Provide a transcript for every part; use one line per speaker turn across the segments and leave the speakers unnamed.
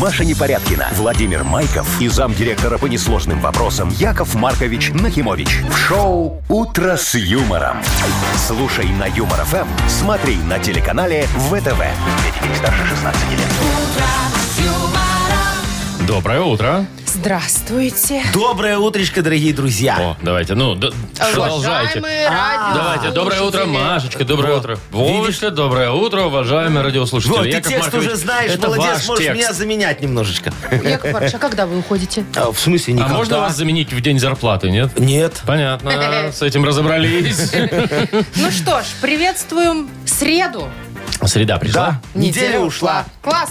Маша Непорядкина, Владимир Майков и замдиректора по несложным вопросам Яков Маркович Нахимович. В шоу «Утро с юмором». Слушай на Юмор ФМ, смотри на телеканале ВТВ. Для детей старше 16 лет.
Доброе утро.
Здравствуйте.
Доброе утречко, дорогие друзья.
О, давайте, ну, д- продолжайте.
А,
Уважаемые радио-
Давайте, доброе утро,
слушатели.
Машечка, доброе утро. Вовочка, доброе утро, уважаемые радиослушатели.
Вот, ты
Яков
текст
Маркович,
уже знаешь,
это
молодец,
ваш
можешь
текст. А
меня заменять немножечко.
Яков Маркович, а когда вы уходите?
А, в смысле,
А
никогда?
можно вас заменить в день зарплаты, нет?
Нет.
Понятно, с этим разобрались.
Ну что ж, приветствуем среду.
Среда пришла.
Да, неделя ушла.
Класс.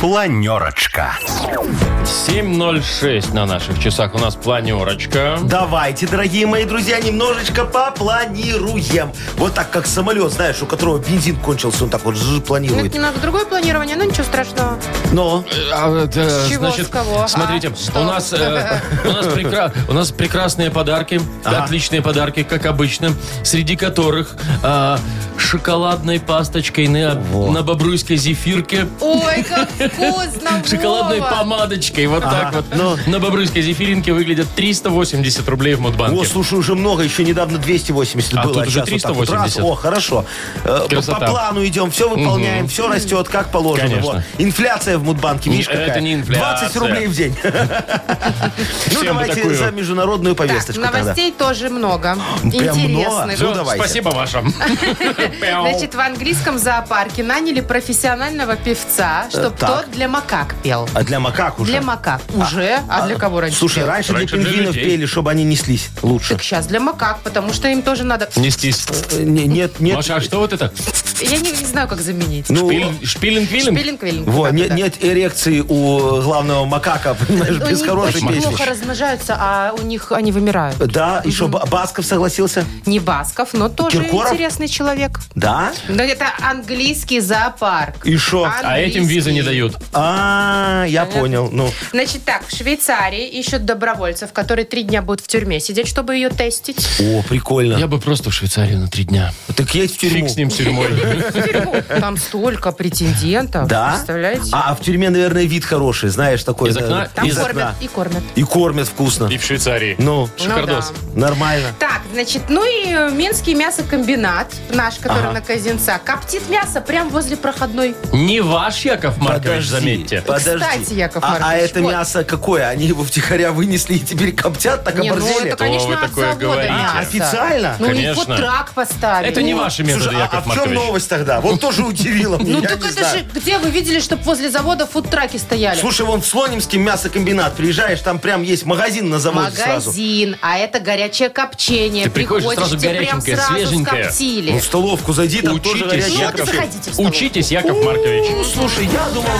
Планерочка.
7.06 на наших часах у нас планерочка.
Давайте, дорогие мои друзья, немножечко попланируем. Вот так, как самолет, знаешь, у которого бензин кончился, он так вот жжж
Ну,
планирует.
это немного другое планирование, но ничего страшного.
Но
А, да,
С чего,
значит,
с кого? А,
Смотрите,
что?
у, нас, э, у, нас прекра- у нас прекрасные подарки, отличные подарки, как обычно, среди которых э, шоколадной пасточкой на, на бобруйской зефирке,
Ой, как вкусно,
шоколадной
Вова.
помадочкой, вот так вот, на бобруйской зефиринке выглядят 380 рублей в Мудбанке.
О, слушай, уже много, еще недавно 280
А
было.
тут
а
уже
щас вот так вот
380.
раз, О, хорошо. Э, по- По,
Красота.
плану идем, все выполняем, все растет, как положено.
Конечно.
Во. Инфляция в Мудбанке, видишь,
Не, это
какая?
не инфляция.
20 рублей в день. Ну,
бы
давайте
такую.
за международную
Так,
повесточку тогда.
новостей тоже много.
Прям много?
Интересных.
Всё,
ну, давайте.
Спасибо, Маша. Пяу.
Значит, в английском зоопарке наняли профессионального певца, чтобы
Э, так.
тот для макак пел.
А для макак уже?
Для макак. Уже? А для кого раньше?
Слушай,
пел?
раньше для
Раньше для
пингвинов
людей.
пели, чтобы они неслись лучше.
Так сейчас для макак, потому что им тоже надо...
Нестись.
Э, не- Нет, нет.
Маша, а что вот это?
Я не, не знаю, как заменить.
Ну,
Шпиль- Шпилинг-вилинг?
Шпилинг-вилинг.
во,
да,
нет,
да.
нет эрекции у главного макака, понимаешь,
Ну,
без
Они
хорошей
очень
песни. Э,
плохо размножаются, а у них они вымирают.
Да, и что, Ба- Басков согласился?
Не Басков, но тоже
Киркоров?
интересный человек.
Да?
Но это английский зоопарк.
И шо?
А этим визы не дают.
А, я понял. Ну,
Значит так, в Швейцарии ищут добровольцев, которые три дня будут в тюрьме сидеть, чтобы ее тестить.
о, прикольно.
Я бы просто в Швейцарию на три дня.
Так есть в тюрьму.
Фиг с ним с тюрьмой.
Там столько претендентов,
Да?
представляете?
А, а в тюрьме, наверное, вид хороший, знаешь, такой.
Из окна?
э,
Там
из
кормят
окна.
и кормят.
И кормят вкусно.
И в Швейцарии.
Ну,
Ну да.
Шикардос.
нормально.
Так, значит, ну и э, Минский мясокомбинат наш, который на Казинца, коптит мясо прямо возле проходной.
Не ваш Яков Маркович,
Подожди,
заметьте.
Подожди.
Кстати, Яков
а, а
Маркович,
это
вот.
мясо какое? Они его втихаря вынесли и теперь коптят, так
Не, ну
оборзели?
это, конечно,
вы
от
такое
завода
говорите?
мясо.
А, официально?
Ну, у них
Конечно.
вот трак поставили.
Это не
Ну,
ваши методы,
Слушай, а- а
Яков
в чем
Маркович.
новость тогда? Вот тоже удивило меня.
Ну
я
так
не
это
знаю.
же, где вы видели, чтобы возле завода фудтраки стояли?
Слушай, вон в Слонимский мясокомбинат. Приезжаешь, там прям есть магазин на заводе сразу.
Магазин, а это горячее копчение.
Ты приходишь, сразу
тебе прям
горяченькое,
сразу
свеженькое.
Ну,
скоптили.
в столовку зайди, там тоже
Учитесь,
горячая
Яков-
Яков,
копчение.
заходите в столовку.
Учитесь, Яков
Ну,
Маркович.
слушай, я думал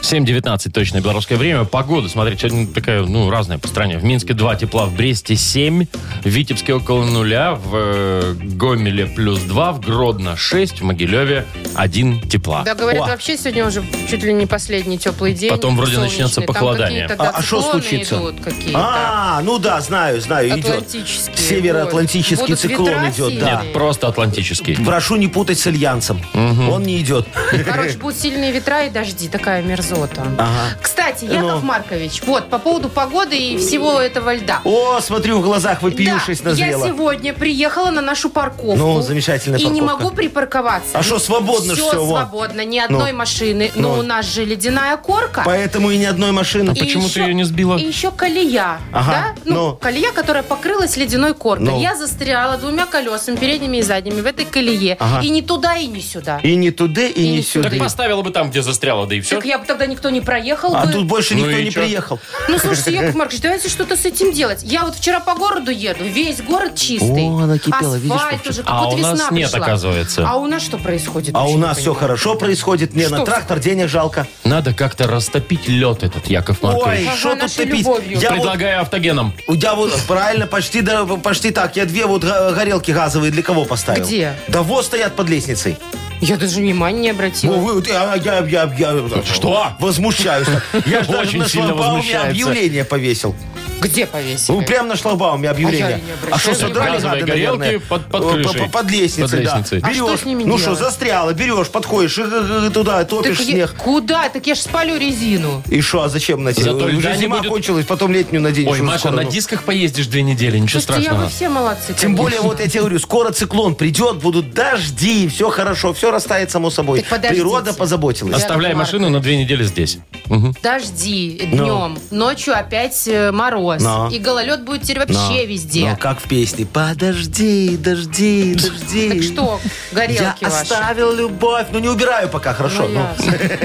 7.19 точное белорусское время. Погода, смотрите, сегодня такая, ну, разная по стране. В Минске 2 тепла, в Бресте 7, в Витебске около нуля, в э, Гомеле плюс 2, в Гродно 6, в Могилеве 1 тепла.
Да, говорят,
О.
вообще сегодня уже чуть ли не последний теплый день.
Потом вроде начнется
солнечный. Там
похолодание.
какие-то, да,
А- а шо
циклоны
случится?
идут какие-то.
А, ну да, знаю, знаю, идет.
Атлантические.
Североатлантический
Будут
циклон
ветра
идет, да.
сильные.
Просто атлантический.
Прошу не путать с альянсом. Он не идет.
Короче, будут сильные ветра и дожди, такая мерзота.
Ага.
Кстати, Яков
Ну.
Маркович, вот по поводу погоды и всего этого льда.
О, смотрю, в глазах вопиюшись
Да, я
назрела.
сегодня приехала на нашу парковку.
Ну, замечательная
И не
парковка.
могу припарковаться.
А шо, свободно ж
все?
всё, во.
свободно, ни одной машины. Но
ну.
у нас же ледяная корка.
Поэтому и ни одной машины.
И
Почему ты
еще-
ее не сбила?
И еще колея,
Ага,
да? Ну,
ну.
колея, которая покрылась ледяной коркой.
Ну.
Я застряла двумя колесами, передними и задними, в этой колее.
Ага.
И не туда, и не сюда.
И не туда, и
И не
не
сюда.
Так
сюда.
поставила бы там, где застряла, да и все.
Так я бы тогда тогда никто не проехал
А
бы.
тут больше
Ну
никто
и
не
чё?
приехал.
Ну, слушайте, Яков Маркович, давайте что-то с этим делать. Я вот вчера по городу еду, весь город чистый.
О, накипело, видишь,
Асфальт
Вовчик.
уже, как
А
будто
у нас
весна
нет,
пришла.
оказывается.
А у нас что происходит?
А
вообще
у
не
нас все
понимаю.
хорошо происходит. Мне на
Что?
трактор денег жалко.
Надо как-то растопить лед этот, Яков Маркович.
Ой,
Ага,
что тут
нашей
топить?
любовью.
Я вот
Предлагаю автогеном.
У тебя вот правильно, почти, да, почти так. Я две вот га- горелки газовые для кого поставил?
Где?
Да вот стоят под лестницей.
Я даже внимания не обратила.
Ну, вы- вот я, я- я- я- а,
Что?
Возмущаюсь. Я же даже
Очень
на
сильно
шлагбауме
возмущается.
объявление повесил.
Где повесили?
Ну, прям на шлагбауме
А я
объявление.
не
А
обращаю
что, содрали
Газовые
гады,
горелки
наверное?
под- под
Э,
крышей.
по- Под лестницей,
Под
да.
лестницей.
А что
Берешь,
с ними
ну что,
делать?
застряла, берешь, подходишь, э, э, э, туда,
Так
топишь
я-
снег.
Куда? Так я ж спалю резину.
И что, а зачем на тебе?
Зато льда
Уже
не
зима
будет.
кончилась, потом летнюю наденешь.
Ой,
уже
Маша,
скоро,
на
ну.
дисках поездишь две недели, ничего
Слушайте, я
страшного.
вы все молодцы.
Тем более,
конечно.
вот я тебе говорю, скоро циклон придет, будут дожди, все хорошо, все растает само собой.
Так подождите.
Природа позаботилась.
Яков
Оставляй
Маркович.
машину на две недели здесь. Мгм.
Дожди
Ну.
днем, ночью опять э, мороз.
Но.
И гололед будет теперь вообще везде.
Ну, как в песне. Подожди, дожди, дожди.
Так что,
Я
горелки ваши?
оставил любовь. Ну, не убираю пока, хорошо.
Ну,
ну.
ясно.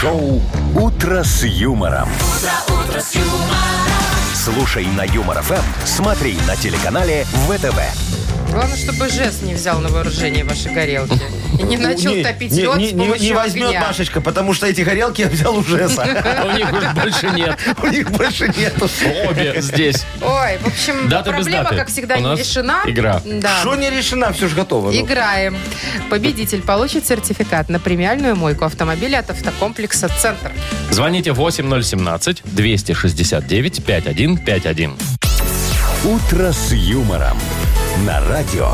Шоу «Утро с юмором». Слушай на Юмор ФМ, смотри на телеканале ВТВ.
Главное, чтобы ЖЭС не взял на вооружение ваши горелки. И не начал
Ну, Не-
топить
не-
лед
не-
с
не-
помощью
Не возьмет,
огня.
Машечка, потому что эти горелки я взял у Жеса.
А У них уж больше нет.
У них больше нету.
Обе здесь.
Ой, в общем,
Дата без
проблема,
даты.
как всегда,
У
не
нас
решена.
игра.
Да.
Что не решена, все же готово. ну.
Играем. Победитель получит сертификат на премиальную мойку автомобиля от автокомплекса «Центр».
Звоните 8017-269-5151.
«Утро с юмором» на радио.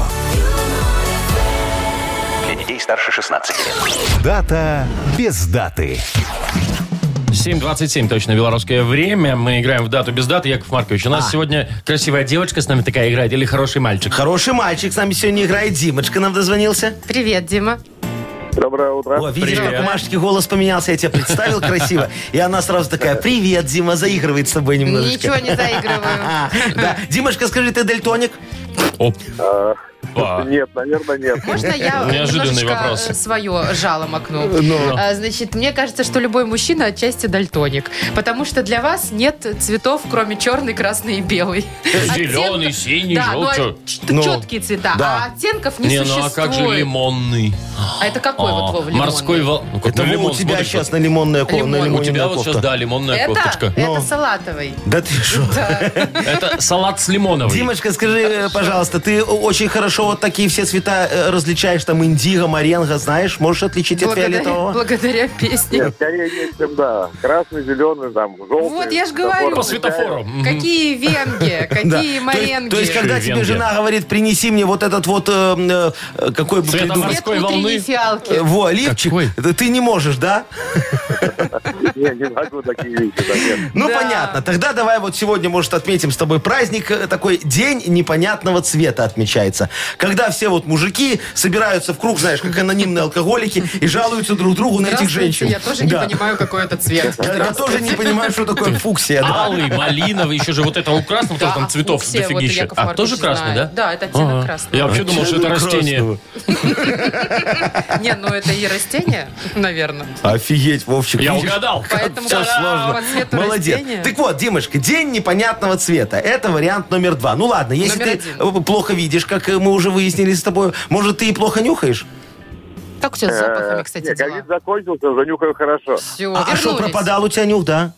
Для детей старше 16 лет. Дата без даты.
7.27, точно белорусское время. Мы играем в дату без даты. Яков Маркович, у
А.
нас сегодня красивая девочка с нами такая играет или хороший мальчик?
Хороший мальчик с нами сегодня играет. Димочка нам дозвонился.
Привет, Дима.
Доброе утро.
О, видишь,
Привет.
как у Машечки голос поменялся, я тебя представил красиво. И она сразу такая, привет, Дима, заигрывает с тобой немножечко.
Ничего не заигрываю.
А, да. Димашка, скажи, ты дальтоник?
Оп.
А,
Опа.
Нет, наверное, нет.
Можно я
Неожиданный
немножечко
вопрос.
э, свое жало макну?
Э,
Ну.
А, Значит, мне кажется, что любой мужчина отчасти дальтоник. Потому что для вас нет цветов, кроме черный, красный и белый.
Э, Зеленый,
Оттенков-
синий,
Да, ну, а
желтый.
ч-
Ну,
четкие цвета,
да.
а оттенков не
Не, ну а как же
существует.
лимонный?
А это какой
А,
вот, Вова, лимонный?
Морской вол... Ну, как
Это
на
Вова,
лимон
у тебя
смотришь,
сейчас
вот.
на лимонную кофту.
Лимон.
У тебя вот сейчас, да, лимонная
Это,
кофточка.
это
Ну.
салатовый.
Да ты что?
Это салат с лимоновой.
Димочка, скажи, э, пожалуйста, ты о- очень хорошо вот такие все цвета э, различаешь, там индиго, маренго, знаешь, можешь отличить от
Благодаря,
фиолетового?
благодаря песне.
Нет, скорее нет, чем да. Красный, зеленый, там, желтый.
Вот я же
забор
говорю.
По
встречает.
светофору. Мгм.
Какие венги,
Да.
какие
То есть-
маренги.
То есть, когда
Ши,
тебе
венги.
жена говорит, принеси мне вот этот вот, э, м, э, э, какой бы
Цвет
придумать,
морской
Цвет утренней
волны.
э,
фиалки.
во, лифчик,
Какой?
да ты не можешь, да?
Не, не могу такие вещи, да, нет.
Ну,
Да.
понятно. Тогда давай вот сегодня, может, отметим с тобой праздник. э, Такой день непонятного цвета отмечается. Когда все вот мужики собираются в круг, знаешь, как анонимные алкоголики, и жалуются друг другу на этих
Здравствуйте,
женщин.
Я тоже не
Да.
понимаю, какой это цвет.
Я- Я тоже не понимаю, что такое фуксия. да.
Алый, малиновый, еще же вот это у красного тоже
Да,
там цветов
фуксия, А, вот
дофигища.
Яков
а
Маркович
тоже красный, да?
знает. Да, это оттенок
Ага.
красного.
Я вообще думал, что это растение.
Не, ну это и растение, наверное.
Офигеть, Вовчик.
Я
видишь?
угадал.
Поэтому
Все
по-
сложно.
по цвету
Молодец.
растения.
Так вот, Димочка, день непонятного цвета. Это вариант номер два. Ну ладно, если
Номер
ты
один.
э, плохо видишь, как э, мы уже выяснили с тобой, может, ты и плохо нюхаешь?
Как у тебя с запахами,
Э,
кстати,
не,
дела?
ковид закончился, занюхаю хорошо.
Все,
А- а что, пропадал у тебя нюх, да?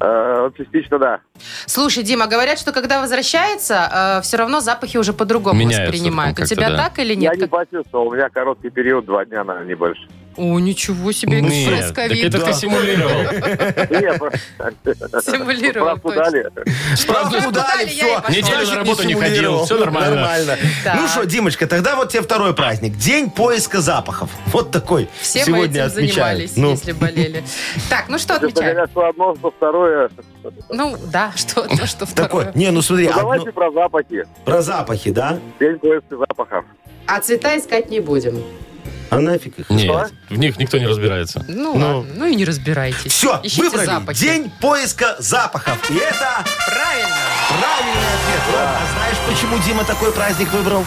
Э, Частично, да.
Слушай, Дима, говорят, что когда возвращается, все равно запахи уже по-другому
Меняются
воспринимают.
потом
У тебя
как-то, да.
так или
Я
нет?
не
Как-
почувствовал, у меня короткий период, два дня, наверное, не больше.
О, ничего себе, экспресс
Нет, так
ковид.
это ты симулировал.
Не, я просто- э,
Симулировал,
Справку дали.
Справку
Справку
дали,
дали, я и
все.
пошла.
Неделю на работу не ходил, всё нормально.
Так.
Ну что, Димочка, тогда вот тебе второй праздник. День поиска запахов. Вот такой
Все мы
сегодня
этим
отмечают.
занимались,
Ну.
если болели. Так, ну что
Ты
отмечаем?
говорят, что одно, что второе.
Ну, да, что то, что
Такой,
второе.
не, ну смотри,
Ну,
одно-
Давайте про запахи.
про запахи, да?
День поиска запахов.
А цвета искать не будем.
А нафиг их?
Нет, в них никто не разбирается.
Ну, ладно, ну и не разбирайтесь.
Все,
Ищите
выбрали
запахи.
день поиска запахов. И это
Правильно.
правильный ответ. Вов. А знаешь, почему Дима такой праздник выбрал?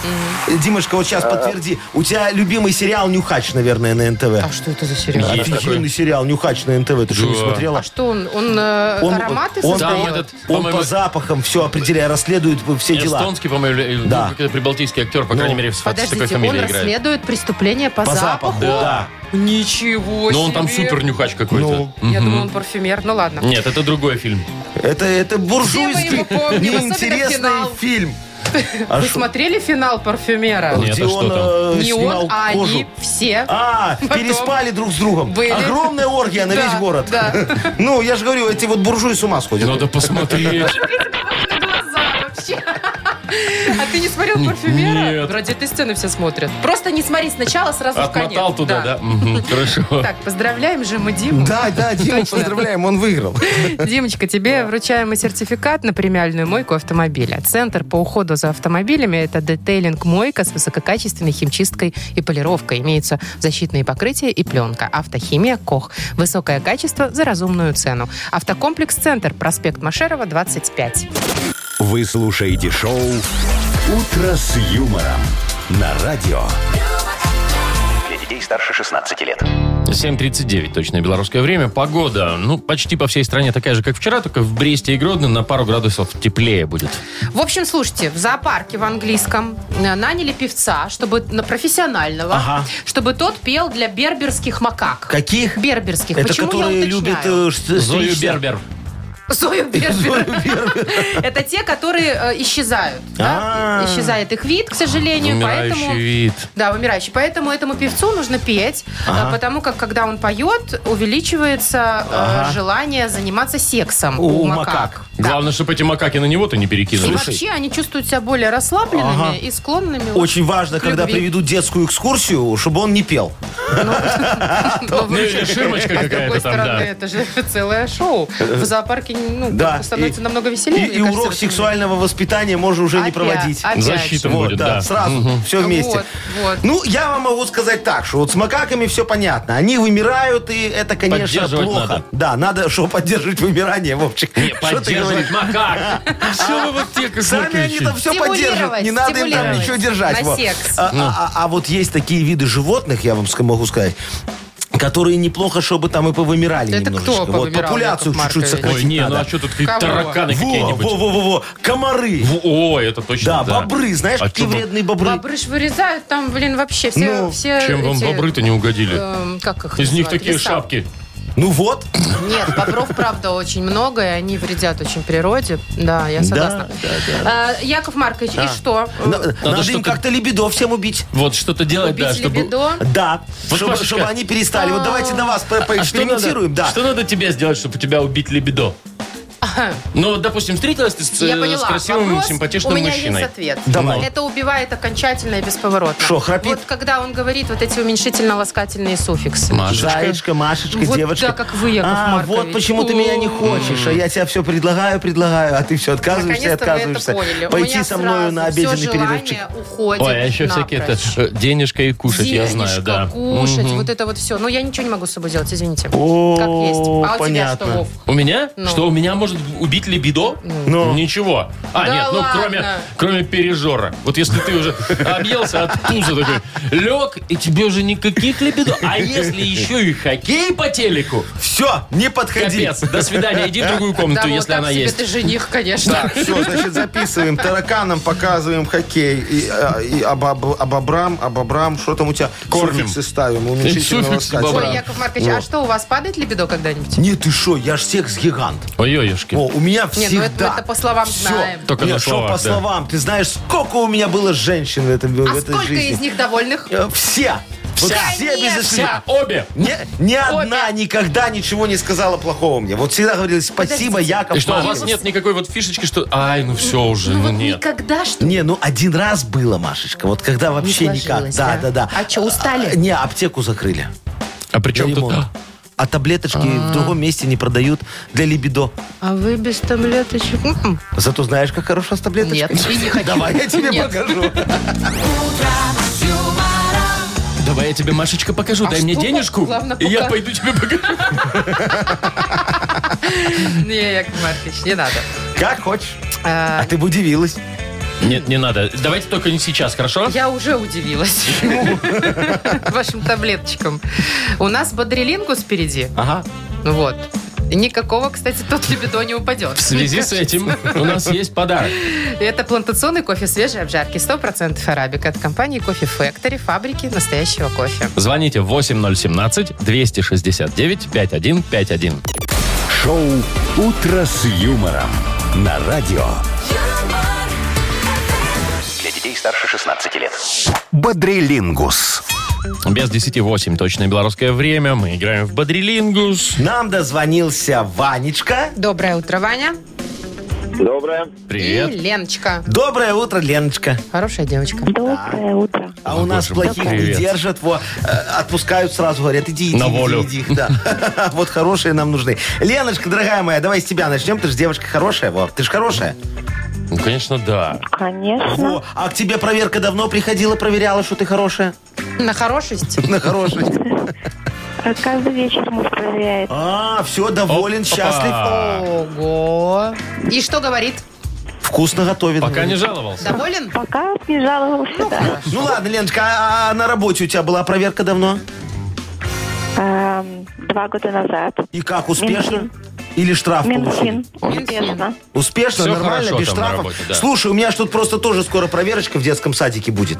Димашка, вот
А.
сейчас подтверди. У тебя любимый сериал «Нюхач», наверное, на НТВ.
А что это за сериал?
Есть такой.
Офигенный сериал «Нюхач» на НТВ. Ты что, не
Да.
смотрела?
А что он? Он, э,
Он-
ароматы
он-
Там
создает?
этот,
Он
по-моему,
по запахам все определяет, расследует все дела.
эстонский, по-моему, или- или
Да. Ну.
ну, какой-то прибалтийский актер, по крайней мере, в с такой
Подождите, он
фамилией играет.
расследует преступление по,
По запаху, да.
Ничего себе.
Но Ну, он там супер нюхач
Ну.
какой-то.
Я думаю, он парфюмер. Ну ладно.
Нет, это другой фильм.
Это, это
Все мы
буржуйский,
его помним, особенно
неинтересный
финал.
фильм. А
Вы
шо-
смотрели финал парфюмера?
Нет,
где
а что
он
там?
э,
Не
снимал
он, а
кожу.
они все.
А,
Потом
переспали друг с другом.
были.
Огромная оргия на
Да,
весь город.
да.
Ну, я же говорю, эти вот буржуи с ума сходят.
Надо посмотреть.
На глаза вообще. А ты не смотрел парфюмера?
Нет.
Ради этой сцены все смотрят. Просто не смотри сначала, сразу в конец.
Отмотал туда, да? Мгм, Хорошо.
Так, поздравляем же мы
Ну,
Диму.
Да, да, Дима,
Точно.
поздравляем, он выиграл.
Димочка, тебе вручаем и сертификат на премиальную мойку автомобиля. Центр по уходу за автомобилями – это детейлинг-мойка с высококачественной химчисткой и полировкой. Имеются защитные покрытия и пленка. Автохимия «Кох». Высокое качество за разумную цену. Автокомплекс «Центр», проспект Машерова, 25.
Вы слушаете шоу «Утро с юмором» на радио.
Для детей старше 16 лет.
7.39, точное белорусское время. Погода, ну, почти по всей стране такая же, как вчера, только в Бресте и Гродно на пару градусов теплее будет.
В общем, слушайте, в зоопарке в английском э, наняли певца, чтобы на профессионального,
Ага.
чтобы тот пел для берберских макак.
Каких?
Берберских.
Это
Почему
которые
я
любят
уточняю?
э, ш-
Зою
стричься.
Бербер.
Зою Бербер.
Зою Бербер.
Это те, которые э, исчезают. да?
А.
Исчезает их вид, к сожалению.
Умирающий
поэтому...
вид.
Да, вымирающий. Поэтому этому певцу нужно петь, э, потому как, когда он поет, увеличивается э, желание заниматься сексом у,
У
макак.
макак.
Да.
Главное, чтобы эти макаки на него-то не
И
перекинули.
вообще они чувствуют себя более расслабленными
Ага.
и склонными. вот
Очень важно,
к
когда
любви.
приведут детскую экскурсию, чтобы он не пел.
Но
Ну, или ширмочка
А с другой
какая-то там,
стороны,
да.
это же целое шоу. В зоопарке ну,
Да.
как-то становится
И-
намного
И,
веселее. мне
и
кажется, в
урок
этом
сексуального воспитания можно уже не
Опять,
проводить.
опять.
Защита
Вот,
будет,
да,
да.
сразу, все вместе.
Вот, вот.
Ну, я вам могу сказать так, что вот с макаками все понятно. Они вымирают, и это, конечно,
Поддерживать
плохо.
надо.
Да, надо, что поддерживать вымирание, Вовчик.
Не,
Что ты говоришь?
поддерживать макак. Все вы вот те, как
Сами они там все поддерживают. Не надо им там
стимулировать.
ничего держать.
На
вот.
секс.
А, а- а- а вот есть такие виды животных, я вам ск- могу сказать, которые неплохо, чтобы там и повымирали
Это кто
немножечко. Вот
повымирал,
популяцию
Яков Маркович?
чуть-чуть
Ой,
сократить
не, ну а
надо.
что тут какие
Кого?
тараканы
Во, во,
какие-нибудь?
во, во, во, комары.
В- О, это точно,
Да,
да.
бобры, знаешь,
А
какие
чё боб-
вредные бобры.
Бобрыш вырезают там, блин, вообще все...
Ну,
все
Чем вам
эти,
бобры-то не угодили?
эм, как
э,
их
Из них
называют?
такие
Леса.
шапки.
Ну вот.
Нет, бобров, правда, очень много, и они вредят очень природе. Да, я согласна. А, Яков Маркович, и что? Э,
На- Надо им
Ну, что-то-
как-то либидо всем убить.
Вот что-то
э,
делать,
Убить
да, чтобы...
либидо?
Да,
Вот,
чтобы,
Машечка.
чтобы они перестали. Вот давайте на вас по-
А что надо,
поэкспериментируем, да.
что надо тебе сделать, чтобы тебя убить либидо? Ну, вот, допустим, встретилась ты с,
Я
э,
поняла.
с красивым,
Вопрос,
симпатичным
у меня
мужчиной.
есть ответ.
Давай.
Ну. Это убивает окончательно и бесповоротно.
Шо, храпит?
Вот когда он говорит вот эти уменьшительно-ласкательные суффиксы.
Зайчка, Машечка,
Вот
девочка.
да, как вы, Яков
а,
Маркович.
вот почему ты меня не хочешь, а я тебя все предлагаю, предлагаю, а ты все отказываешься и
Наконец-то вы это
отказываешься.
поняли. У
Пойти
меня
со мною на
сразу всё
обеденный
желание
перерывчик.
уходит
Ой, а еще всякие это,
напрочь.
э, денежка и кушать, я
Денежка,
знаю, да.
кушать,
Мгм.
вот это вот все. Но я ничего не могу с собой делать, извините.
О,
как есть. А у
понятно.
тебя что, Вов?
У меня?
Ну.
Что у меня может убить либидо?
Ну.
Ничего. А,
Да
нет, ну
ладно.
кроме, кроме пережора. Вот если ты уже объелся от пуза такой, лег, и тебе уже никаких либидо. А если еще и хоккей по телеку,
Все, не подходи.
капец, до свидания, иди в другую
Ну,
комнату,
вот
если
так
она
себе
есть.
ты жених, конечно.
Все, значит, записываем. Тараканам показываем хоккей. И, а, и об, об- об обрам, об обрам. Что там у тебя?
Кормим.
Суффиксы ставим. Уменьшительно
Суффиксы
ласкательно.
бобра.
Ой, Яков Маркович, а что, у вас падает либидо когда-нибудь?
Не, ты шо, я ж секс-гигант.
Ой, ёшки.
О, у меня
Не,
всегда.
ну это, мы это по словам
Всё.
знаем.
Только
Не,
на
шо
словах,
по
да.
словам. Ты знаешь, сколько у меня было женщин в, этом, в
А
этой
сколько
жизни?
из них довольных?
Э, Все. Вот все без
Конечно.
исключения.
Вся, обе.
Ни, ни одна
Обе.
никогда ничего не сказала плохого мне. Вот всегда говорили спасибо,
Подождите.
Яков
И что, у вас
Маркович».
нет никакой вот фишечки, что... Ай, ну все уже,
Ну
ну
вот
нет.
никогда что
Не, ну один раз было, Машечка. Вот когда вообще никак.
сложилось,
Да, да, да.
А что, устали?
Не, аптеку закрыли.
А при чем
Для
тут...
ремонта. А таблеточки в другом месте не продают для либидо.
А вы без таблеточек? М-м.
Зато знаешь, как хорошо с таблеточкой.
Нет, и не хочу.
Давай я тебе
Нет.
покажу.
Давай я тебе, Машечка, покажу.
А
Дай мне
что,
денежку,
главное,
и я
пока-
пойду тебе покажу.
Не, Яков Маркович, не надо.
Как хочешь.
А,
А ты бы удивилась.
Нет, не надо. Давайте только не сейчас, хорошо?
Я уже удивилась. Вашим таблеточкам. У нас бодрилингус впереди.
Ага.
Ну Вот. Никакого, кстати, тут лебедо не упадет.
В связи с этим у нас есть подарок.
Это плантационный кофе свежей обжарки, 100% арабика от компании Кофе Factory, фабрики настоящего кофе.
Звоните 8017-269-5151.
Шоу «Утро с юмором» на радио.
юмор,
Для детей старше 16 лет.
Бодрилингус.
Без 10-8 точное белорусское время. Мы играем в Бодрилингус.
Нам дозвонился Ванечка.
Доброе утро, Ваня.
Доброе.
И
Привет.
Леночка.
Доброе утро, Леночка.
Хорошая девочка.
Доброе утро.
А
О,
у нас
боже мой,
плохих
привет.
не держат, во, э, отпускают сразу, говорят, иди, иди,
На
иди,
волю.
иди, иди, да. Вот хорошие нам нужны. Леночка, дорогая моя, давай с тебя начнем, ты же девочка хорошая, во, ты же хорошая.
Ну, конечно, да.
Конечно.
Во, а к тебе проверка давно приходила, проверяла, что ты хорошая?
На хорошесть.
На хорошесть.
Э, Каждый вечер нас проверяет.
А, все, доволен,
Опа.
счастлив.
Ого. И что говорит?
Вкусно готовит.
Пока не жаловался.
Доволен?
Пока не жаловался, да.
Ну ладно, Леночка, а а на работе у тебя была проверка давно?
Эм, Два года назад.
И как, успешно?
Минфин.
Или штраф получили?
Минфин.
Минфин.
Успешно.
Успешно,
Всё
нормально,
хорошо
без
там на
штрафов.
работе, да.
Слушай, у меня ж тут просто тоже скоро проверочка в детском садике будет.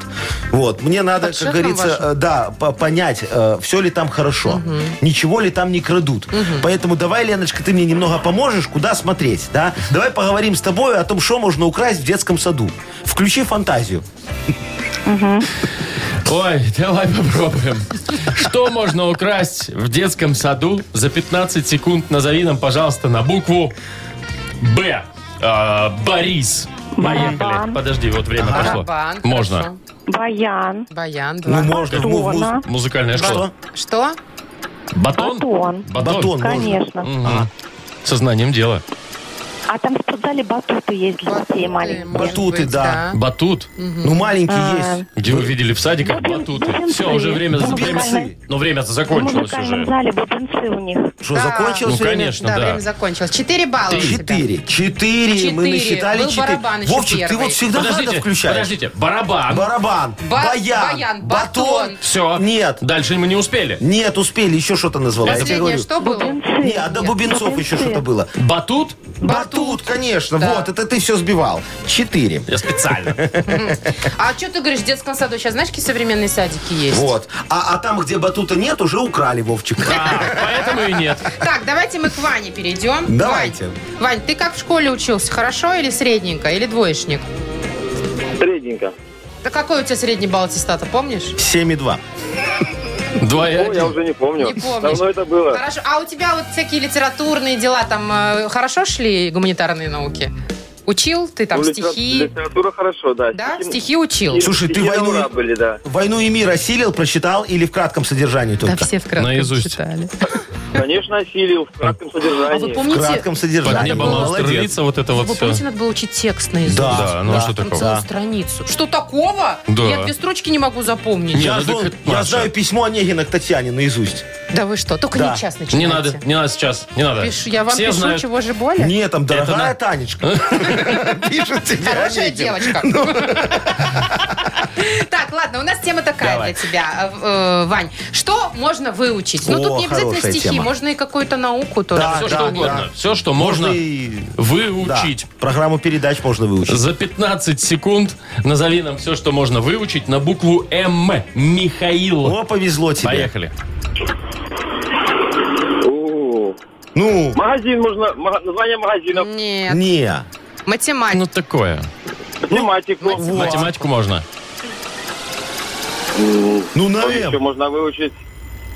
Вот, мне надо,
Под
как
шефом
говорится,
вашим?
э, да, по- понять, все ли там хорошо, ничего ли там не крадут. Поэтому давай, Леночка, ты мне немного поможешь, куда смотреть, да? Давай поговорим с тобой о том, что можно украсть в детском саду. Включи фантазию.
Ой, давай попробуем. Что можно украсть в детском саду за 15 секунд? Назови нам, пожалуйста, на букву Б. А, Борис. Поехали.
Барабан.
Подожди, вот время пошло.
Барабан,
Можно.
хорошо.
Баян.
Баян, два.
Ну, можно. в мув- муз-
Тона.
Музыкальная школа.
Что?
Что?
Батон?
Батон.
Батон можно.
Конечно.
Мгм. Сознанием дела.
А там в спортзале батуты есть для детей маленьких.
может
Батуты,
быть,
да.
Батут.
Ну, маленький
Э,
есть.
Где вы видели в садиках
Будем-
батуты?
будем
Все, уже
смотреть.
время...
Будем
время
смотреть.
но время-то
В
закончилось
музыкальном
уже.
зале бубенцы у них.
Что,
Да.
закончилось
Ну,
время?
конечно,
да,
да.
время закончилось. Четыре балла. у тебя.
Четыре. Четыре. Мы
Четыре.
насчитали
Был
четыре.
барабан еще
Вовчик, ты
первый.
вот всегда надо
Подождите,
включать.
подождите. Барабан.
Барабан,
А ну, Ба-
баян,
баян, батон.
батон.
Все.
Нет.
Дальше мы не успели.
Нет, успели, еще что-то назвала. Я тебе
Последнее
говорю.
что было?
Бубенцы.
Не, а до
ну,
бубенцов еще что-то было.
Батут?
Батут, конечно.
Да.
Вот, это ты все сбивал. Четыре.
Я специально.
А что ты говоришь, в детском саду? Сейчас знаешь, какие современные садики есть?
Вот. А, а там, где батута нет, уже украли, Вовчик.
А, поэтому и нет.
Так, давайте мы к Ване перейдем.
Давайте.
Вань, Вань, ты как в школе учился? Хорошо или средненько? Или двоечник?
Средненько.
Да какой у тебя средний балл аттестата, помнишь?
Семь и два.
Два и
О, я
один.
уже не помню.
Не помнишь.
Давно это было.
Хорошо. А у тебя вот всякие литературные дела там э, хорошо шли гуманитарные науки? Учил ты там
Ну, литера-
стихи?
Литература хорошо, да.
Да,
Стихи-
стихи учил.
стихи
Слушай, ты
на
войну-
ура были, да.
Войну и мир осилил, прочитал или в кратком содержании
Да
только?
все вкратце
Наизусть.
читали.
Конечно, осилил в кратком
А вы
содержании.
В
помните,
кратком
Под
содержании.
небом
Молодец.
Австралийца вот это вот
вы помните,
все.
надо было учить текст наизусть?
Да,
Да, ну а
да.
что
Там
такого?
целую страницу. Что такого?
Да.
Я две строчки не могу запомнить.
Не,
Я,
ну так
знаю-
это
я
Маша.
знаю письмо Онегина к Татьяне наизусть.
Да вы что? Только
Да.
не час начинайте.
Не надо, не надо сейчас, не надо.
Пишу- я вам
Все
пишу,
знают.
чего же более.
Не, там, дорогая
на-
Танечка. Пишет тебе
Хорошая
Онегин.
девочка.
Ну.
Так, ладно, у нас тема такая
Давай.
для тебя, э, э, Вань. Что можно выучить? Ну,
О,
тут не обязательно
хорошая
стихи,
тема.
можно и какую-то науку тоже.
Да,
Все
да,
что угодно.
да.
Все, что можно
и- Да,
выучить.
программу передач можно выучить.
За 15 секунд назови нам все, что можно выучить на букву М. Михаил.
О, повезло тебе.
Поехали.
У-у-у.
Ну,
Магазин можно... мага- Название магазинов.
Нет,
не.
математика.
Ну такое.
Математику.
Ну,
Математику можно.
Ну,
Что еще
наверное.
можно выучить?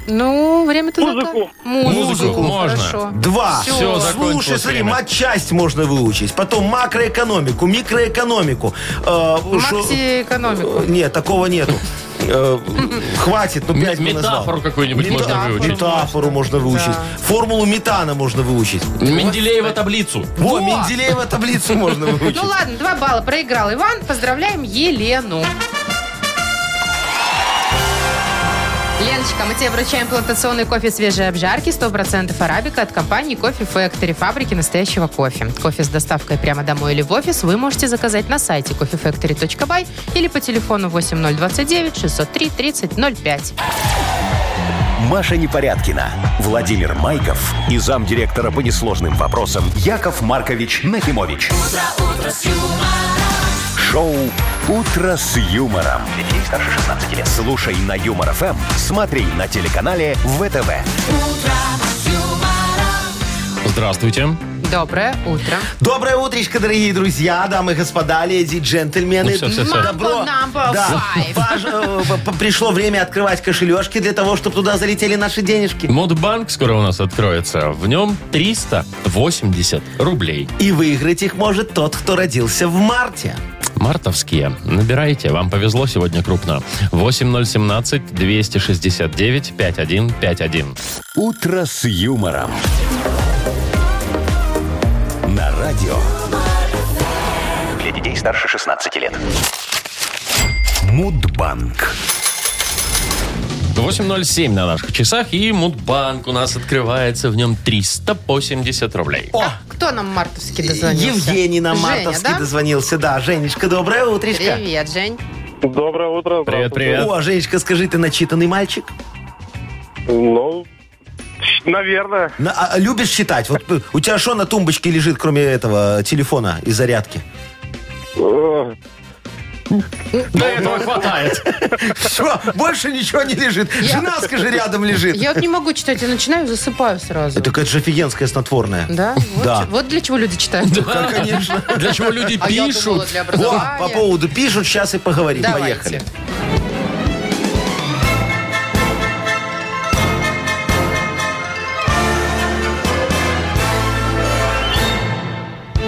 Ну, время-то
Музыку.
закон-
Музыку можно.
Хорошо.
Два.
Всё.
Всё, закончилось
Слушай, смотри,
время.
матчасть можно выучить, потом макроэкономику, микроэкономику. Э, шо-
Максиэкономику.
э, Нет, такого нету. Э, Хватит, ну
М-
пять мы назвал.
метафору какую-нибудь можно
Мета-
выучить.
Метафору можно выучить. Формулу метана можно выучить.
Менделеева таблицу.
Во, Менделеева таблицу можно выучить.
Ну ладно, два балла проиграл Иван. Поздравляем Елену. Леночка, мы тебе вручаем плантационный кофе свежей обжарки 100% арабика от компании Кофе Factory, фабрики настоящего кофе. Кофе с доставкой прямо домой или в офис вы можете заказать на сайте coffeefactory.by или по телефону 8029 603 3005.
Маша Непорядкина, Владимир Майков и замдиректора по несложным вопросам Яков Маркович Нахимович. Шоу Утро с юмором.
Для детей старше 16 лет.
Слушай на Юмор ФМ, смотри на телеканале ВТВ.
Здравствуйте.
Доброе утро.
Доброе утречко, дорогие друзья, дамы и господа, леди, джентльмены.
Ну всё, всё, всё.
Добро.
Number
Да.
five.
Важ- э, п- Пришло время открывать кошелечки для того, чтобы туда залетели наши денежки.
Модбанк скоро у нас откроется. В нем 380 рублей.
И выиграть их может тот, кто родился в марте.
Мартовские. Набирайте. Вам повезло сегодня крупно. 8017-269-5151.
Утро с юмором. На радио
Для детей старше 16 лет.
Мудбанк.
8.07 на наших часах. И Мудбанк у нас открывается. В нем 380 рублей.
О,
Кто нам мартовский дозвонился?
Евгений нам
Женя,
мартовский
да?
дозвонился. Да, Женечка, доброе утречко.
Привет, Жень.
Доброе утро.
Привет, привет.
О, Женечка, скажи, ты начитанный мальчик?
здравствуйте. Ну, наверное.
На- а- а любишь читать? Вот э, у тебя что на тумбочке лежит, кроме этого э, телефона и зарядки?
Э,
Да, этого хватает.
Все, больше ничего не лежит. Жена, скажи, рядом лежит.
Я вот не могу читать, я начинаю, засыпаю сразу.
Так это же офигенское снотворное.
Да? Вот,
Да.
вот для чего люди читают.
Да, конечно.
Для чего люди
А я думала,
пишут.
для
Во,
образования.
по поводу пишут, сейчас и поговорим.
Давайте.
Поехали.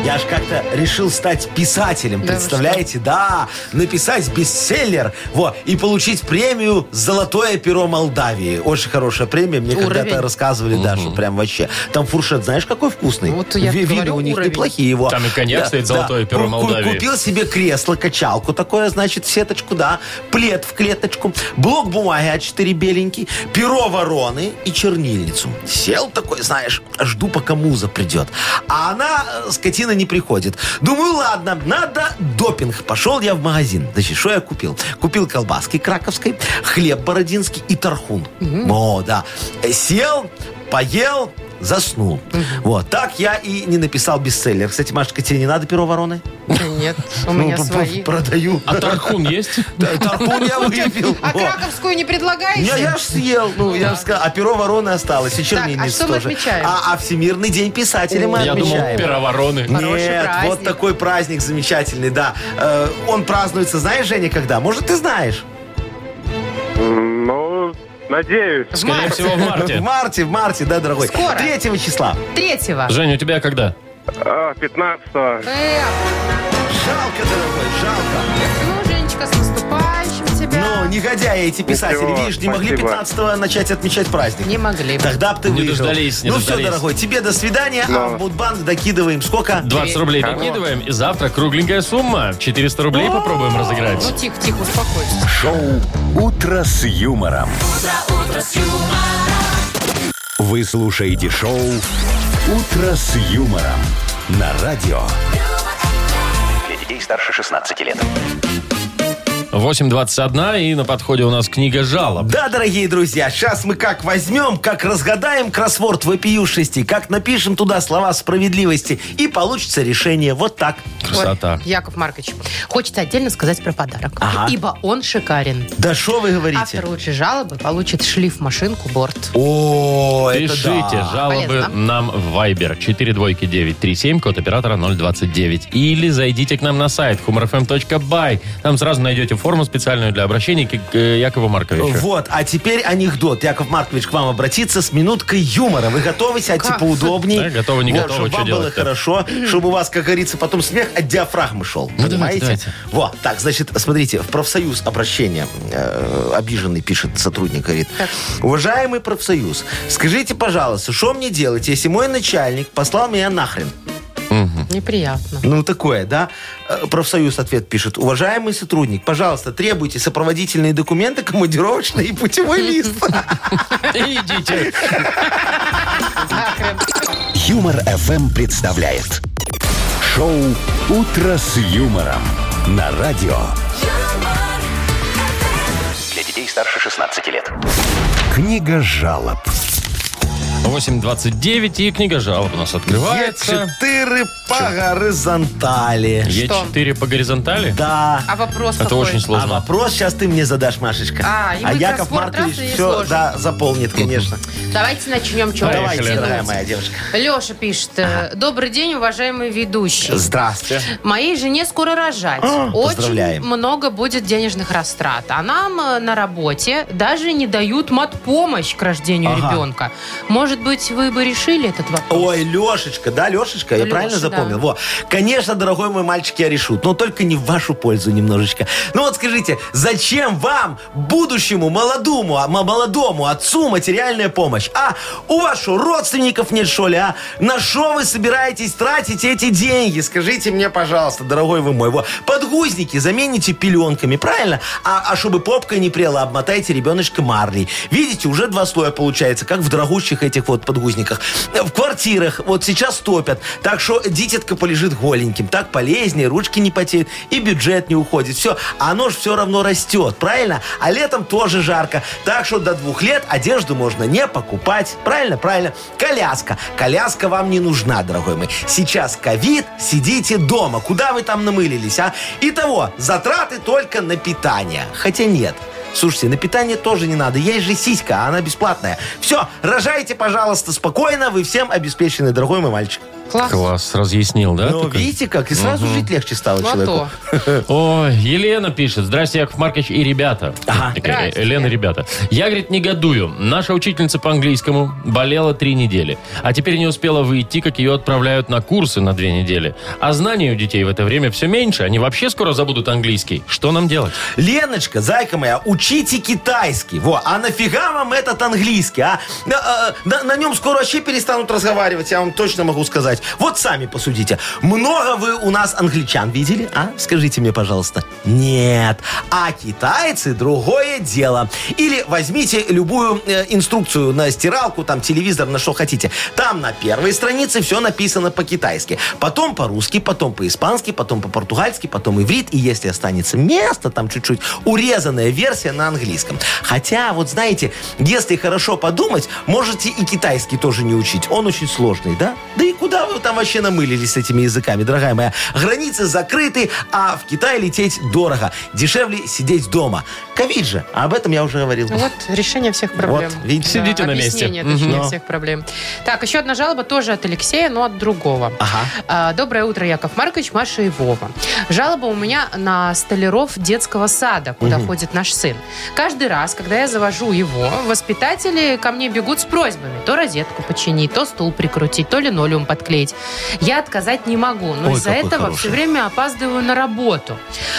Я ж как-то решил стать писателем,
Да вы
представляете? Да, написать бестселлер, во, и получить премию «Золотое перо Молдавии». Очень хорошая премия, мне
Уровень.
когда-то рассказывали, да, что прям вообще. Там фуршет, знаешь, какой вкусный?
Вот я
Ви- Виды
говорю,
у них
уровень.
неплохие его.
Там и коньяк стоит «Золотое перо
Ку- ку-
Молдавии».
Купил себе кресло, качалку такое, значит, в сеточку, да, плед в клеточку, блок бумаги А4 беленький, перо вороны и чернильницу. Сел такой, знаешь, жду, пока муза придет. А она, э, скотина, не приходит. Думаю, ладно, надо допинг. Пошел я в магазин. Значит, что я купил? Купил колбаски краковской, хлеб бородинский и тархун. О, да. Э, Сел, поел, заснул. Вот. Так я и не написал бестселлер. Кстати, Машечка, тебе не надо перо вороны?
Да Нет, у
Ну,
меня
п- п-
свои.
Продаю.
А Тархун есть?
Т- Тархун я выпил.
А
Во.
краковскую не предлагаете?
Я, я ж съел, ну, я ж сказал, а перо вороны осталось, и чернильница
что мы
тоже.
отмечаем?
А, а Всемирный день писателя мы
Я думал,
отмечаем.
пировороны.
Хороший
Нет,
праздник.
вот такой праздник замечательный, да. Э, он празднуется, знаешь, Женя, когда? Может, ты знаешь?
Ну, надеюсь.
В
Скорее
марте.
всего, в
В
марте.
марте, в марте, да, дорогой.
Скоро.
3 числа.
Третьего.
Жень, у тебя когда?
А, 15
Э,
Жалко, дорогой, жалко.
ну, Женечка, с наступающим тебя.
Но негодяи эти писатели,
Ничего,
видишь, не могли
спасибо.
15 начать отмечать праздник.
Не могли.
Тогда б ты
Не
выиграл.
дождались, не
ну
дождались.
все, дорогой, тебе до свидания, а
Но.
в Мудбанк докидываем сколько?
20 рублей докидываем, и завтра кругленькая сумма. 400 рублей попробуем
Ну,
разыграть.
тихо, тихо, успокойся.
Шоу «Утро с юмором». Вы слушаете шоу «Утро с юмором» на радио.
Для детей старше 16 лет.
8.21, и на подходе у нас книга жалоб.
Да, дорогие друзья, сейчас мы как возьмем, как разгадаем кроссворд вопиюшести, как напишем туда слова справедливости, и получится решение вот так.
Красота.
Ой, Яков Маркович, хочется отдельно сказать про подарок.
Ага.
Ибо он шикарен.
Да что вы говорите?
Автор лучшей жалобы получит шлиф-машинку борт.
О, это
Пишите
да.
жалобы
Полезно.
нам в Viber 42937, код оператора 029. Или зайдите к нам на сайт humorfm.by. Там сразу найдете форму специальную для обращения к э, Якову Марковичу.
Вот, а теперь анекдот. Яков Маркович к вам обратится с минуткой юмора. Вы готовы сядьте
Как?
поудобнее?
Да, готовы, не
Вот,
готовы,
чтобы
что
вам было
делать-то?
хорошо, чтобы у вас, как говорится, потом смех от диафрагмы шел.
Ну, давайте,
понимаете?
давайте.
Вот, так, значит, смотрите, в профсоюз обращение э, обиженный пишет сотрудник, говорит. Уважаемый профсоюз, скажите, пожалуйста, что мне делать, если мой начальник послал меня нахрен?
Неприятно.
Ну, такое, да? Э, Профсоюз ответ пишет. Уважаемый сотрудник, пожалуйста, требуйте сопроводительные документы, командировочный и путевой лист.
Идите.
Юмор FM представляет шоу Утро с юмором на радио.
юмор,
Для детей старше 16 лет.
Книга жалоб.
8.29 и книга жалоб у нас открывается.
Е4 по горизонтали.
Е4 по горизонтали?
Да.
А вопрос
Это
какой?
очень
А
сложно.
вопрос сейчас ты мне задашь, Машечка.
А, и мы как раз
Яков
в форт
Маркович
раз и
все
сложим.
да, заполнит, конечно.
Давайте начнем. Чего
Поехали.
Давайте,
тянуть?
дорогая моя девушка.
Леша пишет. э, Добрый день, уважаемый ведущий.
Здравствуйте.
Моей жене скоро рожать. Очень
А, поздравляем.
много будет денежных растрат. А нам э, на работе даже не дают матпомощь к рождению
Ага.
ребенка. Может быть, вы бы решили этот вопрос?
Ой, Лешечка, да, Лешечка, я
Лёш,
правильно
да.
запомнил? Во. Конечно, дорогой мой мальчик, я решу, но только не в вашу пользу немножечко. Ну вот скажите, зачем вам, будущему молодому, а, м- молодому отцу материальная помощь? А у вас что, родственников нет, что ли, а? На что вы собираетесь тратить эти деньги? Скажите мне, пожалуйста, дорогой вы мой. Во. Подгузники замените пеленками, правильно? А, а чтобы попка не прела, обмотайте ребеночка марлей. Видите, уже два слоя получается, как в дорогущих этих вот подгузниках. Э, В квартирах вот сейчас топят, так что дитятка полежит голеньким. Так полезнее, ручки не потеют, и бюджет не уходит. Все, оно же все равно растет, правильно? А летом тоже жарко. Так что до двух лет одежду можно не покупать. Правильно, правильно. Коляска. Коляска вам не нужна, дорогой мой. Сейчас ковид, сидите дома. Куда вы там намылились, а? Итого, затраты только на питание. Хотя нет. Слушайте, на питание тоже не надо. Есть же сиська, а она бесплатная. Все, рожайте, пожалуйста, спокойно. Вы всем обеспечены, дорогой мой мальчик.
Класс.
Класс, разъяснил, да?
А Ну,
такой?
видите как? И сразу жить легче стало
Ну, а
человеку.
то.
Ой, Елена пишет. Здрасте, Яков Маркович и ребята.
Ага.
Такая,
Здрасте.
э, Елена, ребята. Я, говорит, негодую. Наша учительница по английскому болела три недели. А теперь не успела выйти, как ее отправляют на курсы на две недели. А знаний у детей в это время все меньше. Они вообще скоро забудут английский. Что нам делать?
Леночка, зайка моя, учите китайский. Во, а нафига вам этот английский, а? На, э, на- на нем скоро вообще перестанут разговаривать, я вам точно могу сказать. Вот сами посудите. Много вы у нас англичан видели, а? Скажите мне, пожалуйста. Нет. А китайцы другое дело. Или возьмите любую э, инструкцию на стиралку, там, телевизор, на что хотите. Там на первой странице все написано по-китайски. Потом по-русски, потом по-испански, потом по-португальски, потом иврит. И если останется место, там чуть-чуть урезанная версия на английском. Хотя, вот знаете, если хорошо подумать, можете и китайский тоже не учить. Он очень сложный, да? Да и куда вы там вообще намылились с этими языками, дорогая моя? Границы закрыты, а в Китай лететь дорого. Дешевле сидеть дома. Ковид же, а об этом я уже говорил.
Ну, Вот решение всех проблем.
Вот, видите?
Да,
Сидите на месте.
объяснение, точнее,
Мгм.
всех проблем. Так, еще одна жалоба тоже от Алексея, но от другого.
Ага.
А, Доброе утро, Яков Маркович, Маша и Вова. Жалоба у меня на столяров детского сада, куда ходит наш сын. Каждый раз, когда я завожу его, воспитатели ко мне бегут с просьбами. То розетку починить, то стул прикрутить, то линолеум подклеить. Я отказать не могу, но
Ой,
из-за
какой
этого
хороший.
все время опаздываю на работу.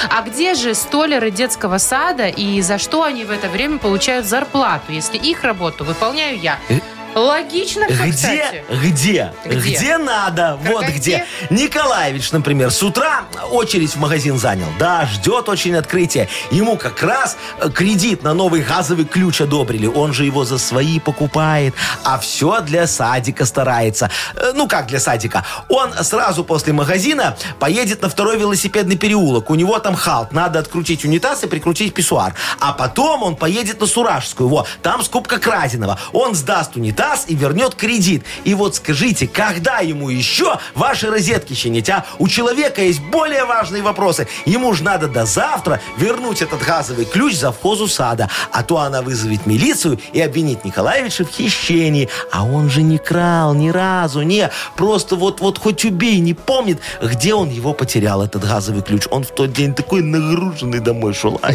А где же столяры детского сада и за что они в это время получают зарплату, если их работу выполняю я?
Э,
Логично,
Где,
кстати.
где,
Где?
где, надо, вот
Крокодил?
где. Николаевич, например, с утра очередь в магазин занял. Да, ждет очень открытия. Ему как раз э, кредит на новый газовый ключ одобрили. Он же его за свои покупает. А все для садика старается. Э, Ну, как для садика? Он сразу после магазина поедет на второй велосипедный переулок. У него там халт. Надо открутить унитаз и прикрутить писсуар. А потом он поедет на Суражскую. Во, там скупка краденого. Он сдаст унитаз и вернет кредит. И вот скажите, когда ему еще ваши розетки чинить, а? У человека есть более важные вопросы. Ему же надо до завтра вернуть этот газовый ключ за вхозу сада. А то она вызовет милицию и обвинит Николаевича в хищении. А он же не крал ни разу, не. Просто вот, вот хоть убей, не помнит, где он его потерял, этот газовый ключ. Он в тот день такой нагруженный домой шел.
Да, и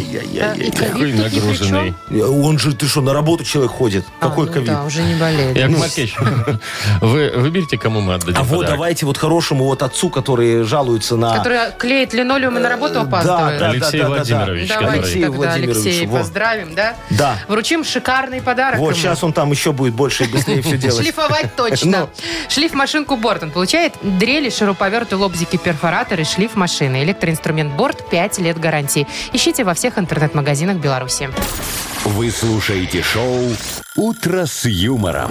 ковид
Ай-яй-яй.
тут ни при чем.
нагруженный.
Он же, ты что, на работу человек ходит?
А,
Какой
ну
ковид? Ну,
Да, уже не болеет.
Яков Маркович, вы выберите, кому мы отдадим
А вот
подарок.
давайте вот хорошему вот отцу, который жалуется на...
Который клеит линолеум и на работу опаздывает.
А. Э, да,
Алексей
да, да, да.
Владимирович,
Давайте
Алексей
который...
тогда
Владимирович,
Алексея
во.
поздравим, да?
Да.
Вручим шикарный подарок
Вот
ему.
сейчас он Ну. там еще будет больше и быстрее все делать.
Шлифовать точно. Шлифмашинку Бортон получает дрели, шуруповерты, лобзики, перфораторы, шлиф машины. Электроинструмент Борт 5 лет гарантии. Ищите во всех интернет-магазинах Беларуси.
Вы слушаете шоу «Утро с юмором».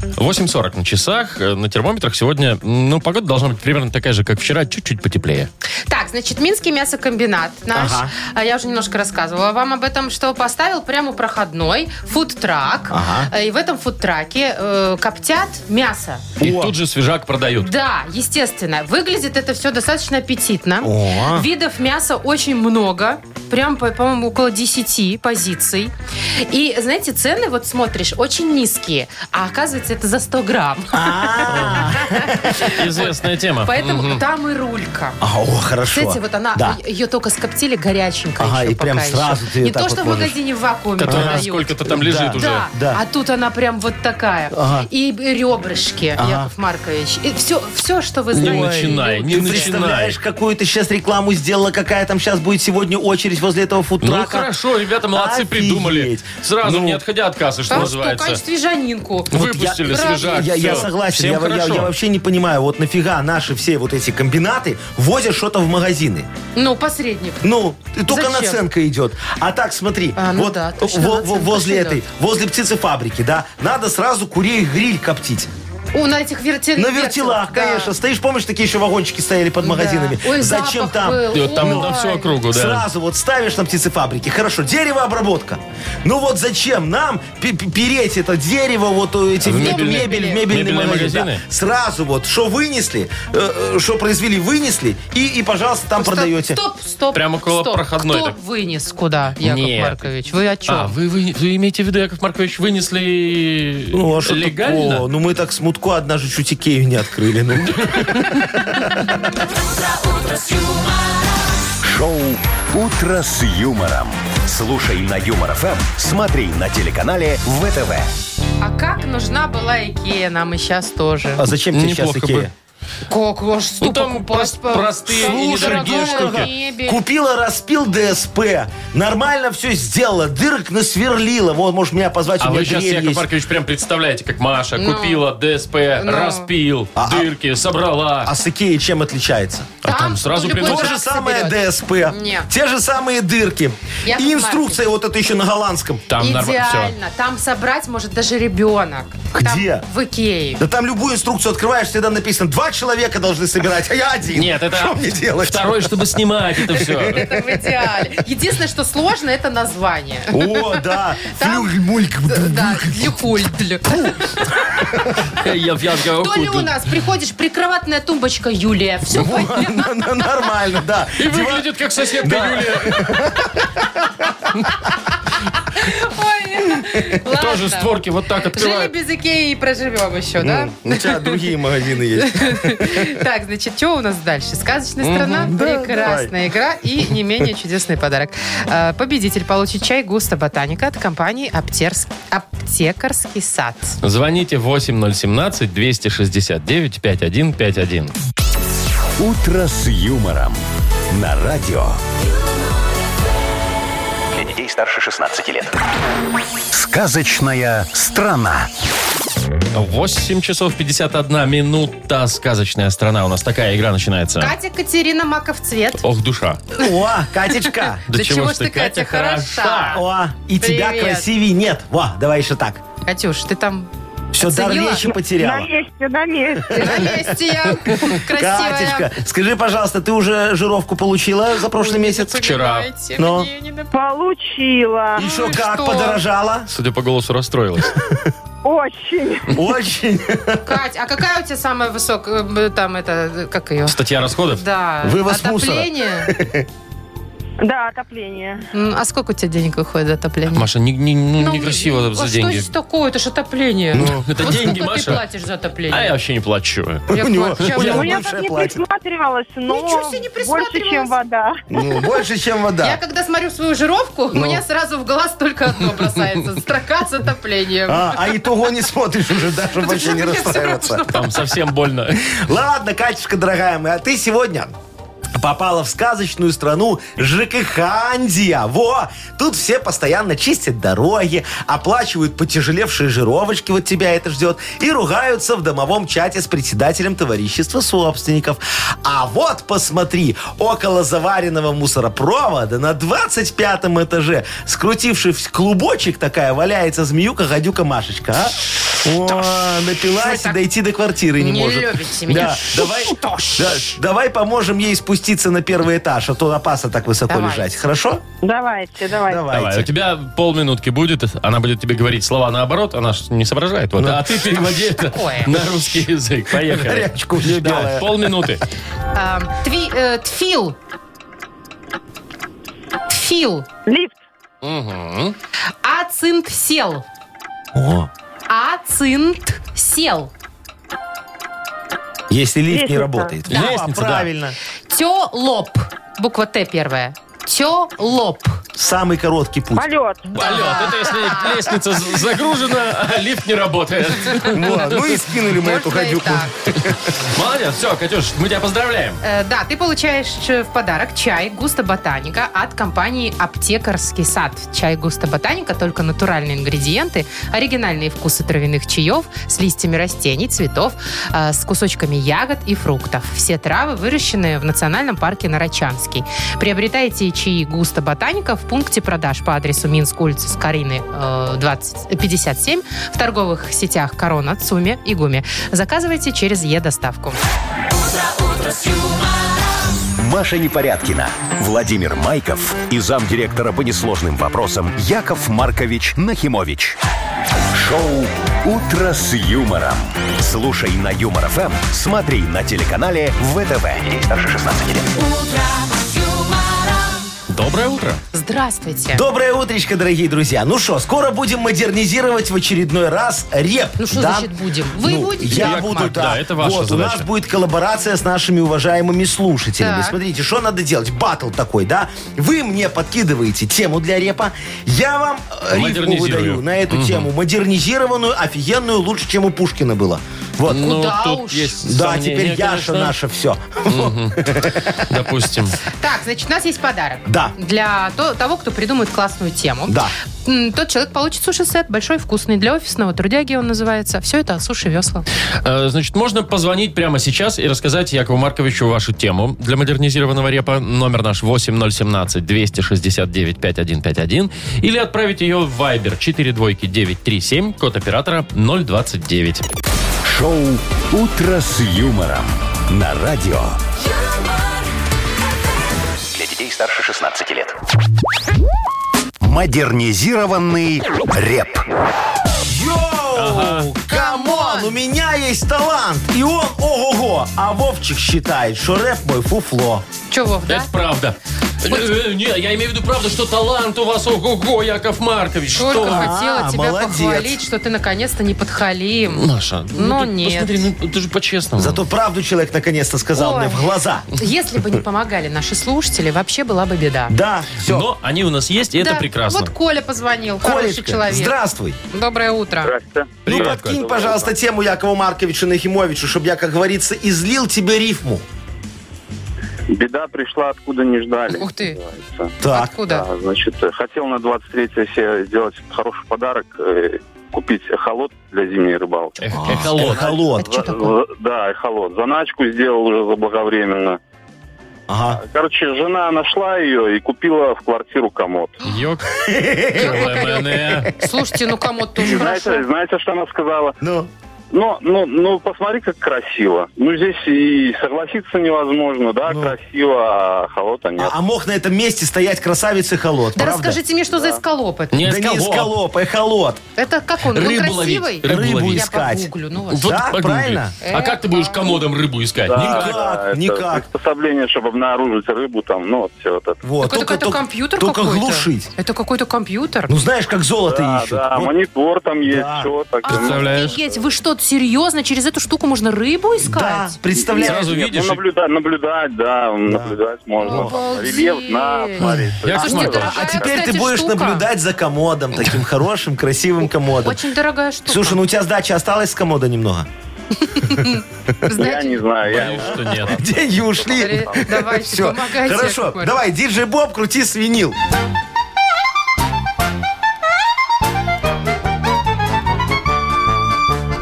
8.40 на часах. Э, На термометрах сегодня, м, ну, погода должна быть примерно такая же, как вчера, чуть-чуть потеплее.
Так, значит, Минский мясокомбинат наш.
Ага.
А, Я уже немножко рассказывала вам об этом, что поставил прямо проходной фудтрак.
Ага.
Э, И в этом фудтраке э, коптят мясо.
И
О.
тут же свежак продают.
Да, естественно. Выглядит это все достаточно аппетитно.
О.
Видов мяса очень много. Прям, по- по-моему, около 10 позиций. И, знаете, цены, вот смотришь, очень низкие. А оказывается, это за 100 грамм.
А.
А.
Известная тема.
Поэтому
Мгм.
там и рулька.
А, о, хорошо.
Кстати, вот она,
Да.
ее только скоптили горяченько
Ага,
еще
и
пока
прям сразу
еще.
ты её
Не
так
то,
вот
что в
ложишь.
магазине в вакууме
Которая
продают.
сколько-то там лежит
Да.
уже.
Да,
Да.
а тут она прям вот такая.
Ага.
И ребрышки,
Ага.
Яков Маркович. И все, все, что вы
Не
знаете.
начинай, не
Ты
начинай.
представляешь, какую ты сейчас рекламу сделала, какая там сейчас будет сегодня очередь возле этого фудтрака.
Ну хорошо, ребята молодцы
Офигеть.
придумали. Сразу
Ну.
не отходя от кассы, что
Там что,
называется.
конечно, свежанинку.
Выпустили
Правда.
свежак.
Я, я
всё.
согласен,
Всем
я, я-
хорошо.
я вообще не понимаю, вот нафига наши все вот эти комбинаты возят что-то в магазины.
Ну, посредник.
Ну, и только
Зачем?
наценка идет. А так, смотри,
А, ну
вот
да, точно
во- во-
наценка
возле
идет.
этой, возле птицефабрики, да, надо сразу курей гриль коптить.
У, на этих вертелах.
На вертелах, конечно. Стоишь, помнишь, такие еще вагончики стояли под магазинами.
Ой,
Зачем
запах
там?
был.
И вот там
Ой.
на всю округу, Ну да.
Сразу вот ставишь на птицефабрике. Хорошо, деревообработка. Ну вот зачем нам пе- пе- переть это дерево, вот э, эти
В
меб-
мебельные-
мебель, мебельные,
мебельные
магазины.
магазины?
да. Сразу вот, что вынесли, э, э, что произвели, вынесли, и, и пожалуйста, там
Стоп,
продаете.
Стоп, стоп,
Прямо около
стоп.
проходной
Кто
так.
вынес куда, Яков
Нет.
Маркович? Вы о чем?
А, вы, вы, вы имеете в виду, Яков Маркович, вынесли
Ну, а что
легально?
такого? Ну мы так смутку одна же чуть Икею не открыли. Ну.
Шоу «Утро с юмором». Слушай на Юмор ФМ, смотри на телеканале ВТВ.
А как нужна была Икея нам и сейчас тоже?
А зачем тебе сейчас
Неплохо
Икея?
Как ваш ступор
Ну, там
покупать
прос-
по-
простые
по-
и недорогие
дорогом
штуки.
небе?
Купила распил ДСП, нормально все сделала, дырок насверлила. Вот, может, меня позвать,
А
у меня
вы сейчас,
дрель
Яков
есть. Ну,
Маркович, прям представляете, как Маша купила ДСП, распил,
А- а-
дырки, собрала.
А с Икеей чем отличается?
а там сразу
любой
приносят-
То
дурак
же самое
соберет.
ДСП,
Нет.
те же самые дырки.
Яков
И инструкция вот это еще на голландском.
там нормально.
Идеально. Там собрать может даже ребенок.
Где?
Там в Икее.
Да там любую инструкцию открываешь, всегда написано, два человека должны собирать, а я один.
Нет, это
Что мне делать?
второй, чтобы снимать это все.
Это в идеале. Единственное, что сложно, это название.
О, да.
Там-
Флюгельмульк.
Да, Люхольдль. То ли у нас приходишь, прикроватная тумбочка Юлия. Все понятно.
Нормально, да.
И выглядит как соседка Юлия.
Ой, ладно.
Тоже створки вот так
Жили
открывают.
без Икеи и проживем еще, да?
У тебя другие магазины есть.
Так, значит, что у нас дальше? Сказочная страна, прекрасная игра и не менее чудесный подарок. Э, Победитель получит чай Густо Ботаника от компании «Аптерс- Аптекарский сад.
Звоните 8017-269-5151.
«Утро с юмором». На радио.
Для детей старше 16 лет.
Сказочная страна.
8 часов 51 минута. Сказочная страна. У нас такая игра начинается.
Катя Катерина Маков цвет.
Ох, душа.
О, Катечка.
Да чего ж ты, Катя, хороша.
О, и тебя
Привет.
красивей нет. Во, давай еще так.
Катюш, ты там
Все, дар
Оценила?
речи потеряла.
месте, на месте.
ты на месте, я красивая.
Катечка, скажи, пожалуйста, ты уже жировку получила за прошлый месяц?
Вчера.
Понимаете,
Но.
мне не нап-
Получила.
Еще
и
как,
что?
подорожала?
Судя по голосу, расстроилась.
Очень.
Очень.
Кать, а какая у тебя самая высокая, э, там, это, э, как ее?
Статья расходов?
Да.
Вывоз мусора.
Отопление?
Да, отопление.
М, А сколько у тебя денег выходит за отопление?
Маша, не, не- ну,
Ну,
некрасиво за
а
деньги.
Что здесь такое? Это же отопление.
Ну, это
вот
деньги,
сколько
Маша.
ты платишь за
А я
отопление?
вообще не плачу.
Я
У него-
плачу.
у него
Ну, я
бывшая
так не
платит.
присматривалась, но
Ничего себе не
больше, чем
присматривалась.
вода.
Ну, больше, чем
Я
вода.
когда смотрю свою жировку,
Ну.
у меня сразу в глаз только одно бросается. Строка с отоплением.
А, а итого не смотришь уже, даже
Потому
вообще
что
не
мне всё равно,
расстраиваться.
Там совсем больно.
Ладно, Катюшка, дорогая моя, ты сегодня попала в сказочную страну ЖКХандия. Во! Тут все постоянно чистят дороги, оплачивают потяжелевшие жировочки, вот тебя это ждет, и ругаются в домовом чате с председателем товарищества собственников. А вот, посмотри, около заваренного мусоропровода на 25 этаже, скрутившись в клубочек такая, валяется змеюка, гадюка Машечка, а? О, напилась и дойти до квартиры не,
Не
может.
любите меня.
Да, давай, да, давай поможем ей спуститься на первый этаж, а то опасно так высоко
Давайте.
лежать. Хорошо?
Давайте, давайте.
Давай, у тебя полминутки будет, она будет тебе говорить слова наоборот, она ж не соображает. Вот, а ты переводи это
Ну, такое?
на русский язык. Поехали.
Горячку у нее
Да,
белая.
полминуты.
А, тви- э, Тфил. Тфил.
Лифт.
Мгм.
Ацинт сел.
О,
Ацинт сел.
если лифт не
Лестница.
работает.
Да.
Во,
Лестница, да.
правильно.
Тё лоб. Буква Т первая. Тё лоб.
Самый короткий путь.
Полет.
Полет. Это если лестница з- загружена, а лифт не работает.
Вот, Ну и скинули мы эту
Можно и
гадюку.
так.
Молодец. Все, Катюш, мы тебя поздравляем.
Э, Да, ты получаешь э, в подарок чай «Густо Ботаника» от компании «Аптекарский сад». Чай «Густо Ботаника» только натуральные ингредиенты, оригинальные вкусы травяных чаев с листьями растений, цветов, э, с кусочками ягод и фруктов. Все травы выращены в Национальном парке Нарочанский. Приобретайте чаи «Густо Ботаника» в пункте продаж по адресу Минск, улица Скорины, э, 20 57, в торговых сетях «Корона», «Цуми» и «Гуми». Заказывайте через «Е-доставку».
Маша Непорядкина, Владимир Майков и замдиректора по несложным вопросам Яков Маркович Нахимович. Шоу «Утро с юмором». Слушай на Юмор ФМ, смотри на телеканале ВТВ. Ей старше 16 лет.
Доброе утро.
Здравствуйте.
Доброе утречко, дорогие друзья. Ну что, скоро будем модернизировать в очередной раз реп.
Ну что
Да?
значит будем? Вы
Ну,
будете?
Я
Яков
буду,
Марк,
да.
да, это ваша
вот,
задача.
У нас будет коллаборация с нашими уважаемыми слушателями.
Так.
Смотрите, что надо делать? Батл такой, да? Вы мне подкидываете тему для репа, я вам э, рифму
Модернизирую.
выдаю на эту тему. Модернизированную, офигенную, лучше, чем у Пушкина было. Вот.
Ну,
Куда
тут
уж.
есть
да,
сомнения,
теперь Яша
конечно.
наша все.
Допустим.
Так, значит, у нас есть подарок.
Да.
Для то- того, кто придумает классную тему.
Да.
М, Тот человек получит суши-сет, большой, вкусный, для офисного трудяги он называется. Все это от суши-весла.
Э, Значит, можно позвонить прямо сейчас и рассказать Якову Марковичу вашу тему для модернизированного репа. Номер наш 8017-269-5151. Или отправить ее в Viber 42937, код оператора 029.
Шоу «Утро с юмором» на радио.
Для детей старше 16 лет.
Модернизированный реп.
Йоу! Камон! У меня есть талант! И он ого-го! А Вовчик считает, что рэп мой фуфло.
Че, Вов, да?
Это правда. Э, э, Не, я имею в виду правду, что талант у вас ого-го, Яков Маркович. Что
Только
вы?
хотела
А,
тебя
молодец.
похвалить, что ты наконец-то не подхалим.
Маша,
Ну,
тут
нет.
Посмотри, ну, ты же по-честному.
Зато правду человек наконец-то сказал
Ой.
мне в глаза.
Если бы не помогали наши слушатели, вообще была бы беда.
Да,
Ну,
все.
Но они у нас есть, и это
Да,
прекрасно.
Вот ну, Коля позвонил, хороший
Колечка,
человек.
здравствуй.
Доброе утро.
Здравствуйте.
Привет,
ну, подкинь, пожалуйста, тему Якову Марковичу Нахимовичу, чтобы я, как говорится, излил тебе рифму.
Беда пришла, откуда не ждали.
Ух ты.
называется.
Так.
Откуда?
Да, значит, э, хотел на 23 себе сделать хороший подарок, э, купить эхолот для зимней рыбалки.
Эх, эхолот.
Холод.
Это что
За-
такое?
за- да, эхолот. Заначку сделал уже заблаговременно.
Ага.
Короче, жена нашла ее и купила в квартиру комод.
Йок. ЛМН.
Слушайте, ну кому-то
И
тоже
знаете,
хорошо.
знаете, что она сказала?
Ну,
Ну, ну, ну, посмотри, как красиво. Ну, здесь и согласиться невозможно, да, красиво, а холота нет.
Ну. А, а мог на этом месте стоять красавица холод,
Да
правда?
расскажите мне, что за эскалоп это?
Не
Да не
эскалоп.
эскалоп, эхолот.
Это как он? Он
Рыбу
Ну, красивый?
ловить. Рыбу
Рыбу
ловить.
Я
искать.
погуглю, ну вот.
Вот
Да,
погугли.
правильно.
А как ты будешь комодом рыбу искать?
Да,
Никак.
никак,
да, это
никак.
Приспособление, чтобы обнаружить рыбу там, ну, вот все вот это.
Вот,
Так это какой-то компьютер
только
какой-то?
глушить.
Это какой-то компьютер?
Ну знаешь, как золото
Да,
ищут.
да,
Вот.
монитор там есть,
Да.
что так.
А,
представляешь?
Офигеть, вы что, серьезно? Через эту штуку можно рыбу
Да,
искать?
представляешь?
Сразу
Нет,
видишь
ну,
и-
наблюдать, наблюдать, да, наблюдать можно.
Обалдеть.
Рельеф на смотреть.
Яков
Слушайте,
Маркович,
дорогая,
А теперь
кстати,
ты будешь
штука.
наблюдать за комодом, таким хорошим, красивым комодом.
Очень дорогая штука.
Слушай, ну у тебя сдача осталась с комода немного?
Я
Знаете,
не знаю, я
боюсь, что нет.
Деньги ушли.
Ре- давайте,
Все,
помогайте.
хорошо.
Яков Маркович.
Давай, диджей Боб, крути свинил.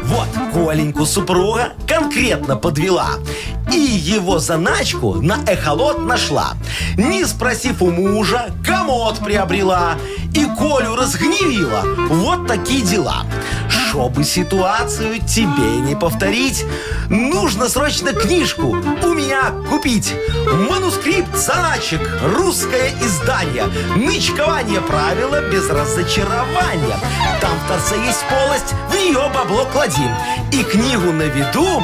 Вот, Коленьку супруга конкретно подвела. И его заначку на эхолот нашла. Не спросив у мужа, комод приобрела. И Колю разгневила. Вот такие дела. Чтобы ситуацию тебе не повторить, нужно срочно книжку у меня купить. Манускрипт заначек. Русское издание. Нычкование правила без разочарования. Там в торце есть полость, в нее бабло кладим. И книгу на виду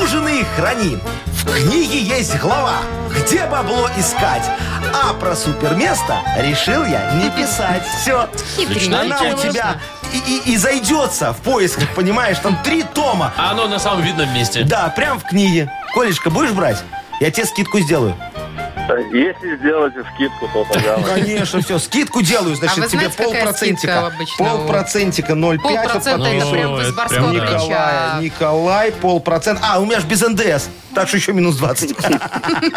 у жены храним. В книге есть глава, где бабло искать. А про суперместо решил я не писать. Все. Она у тебя и, и- и зайдется в поисках, понимаешь? Там три тома.
А оно на самом видном месте.
Да, прям в книге. Колечка, будешь брать? Я тебе скидку сделаю.
Если сделаете скидку, то пожалуйста.
Конечно, все, скидку делаю,
А вы
значит, тебе
знаете, какая скидка
полпроцентика.
обычно у-
Полпроцентика, 0,5
Полпроцента
от
это
подписи.
прям
Ну, это
с
прям
барского
да.
плеча.
Николай, Николай, полпроцента. А, у меня же без НДС, так что еще минус 20.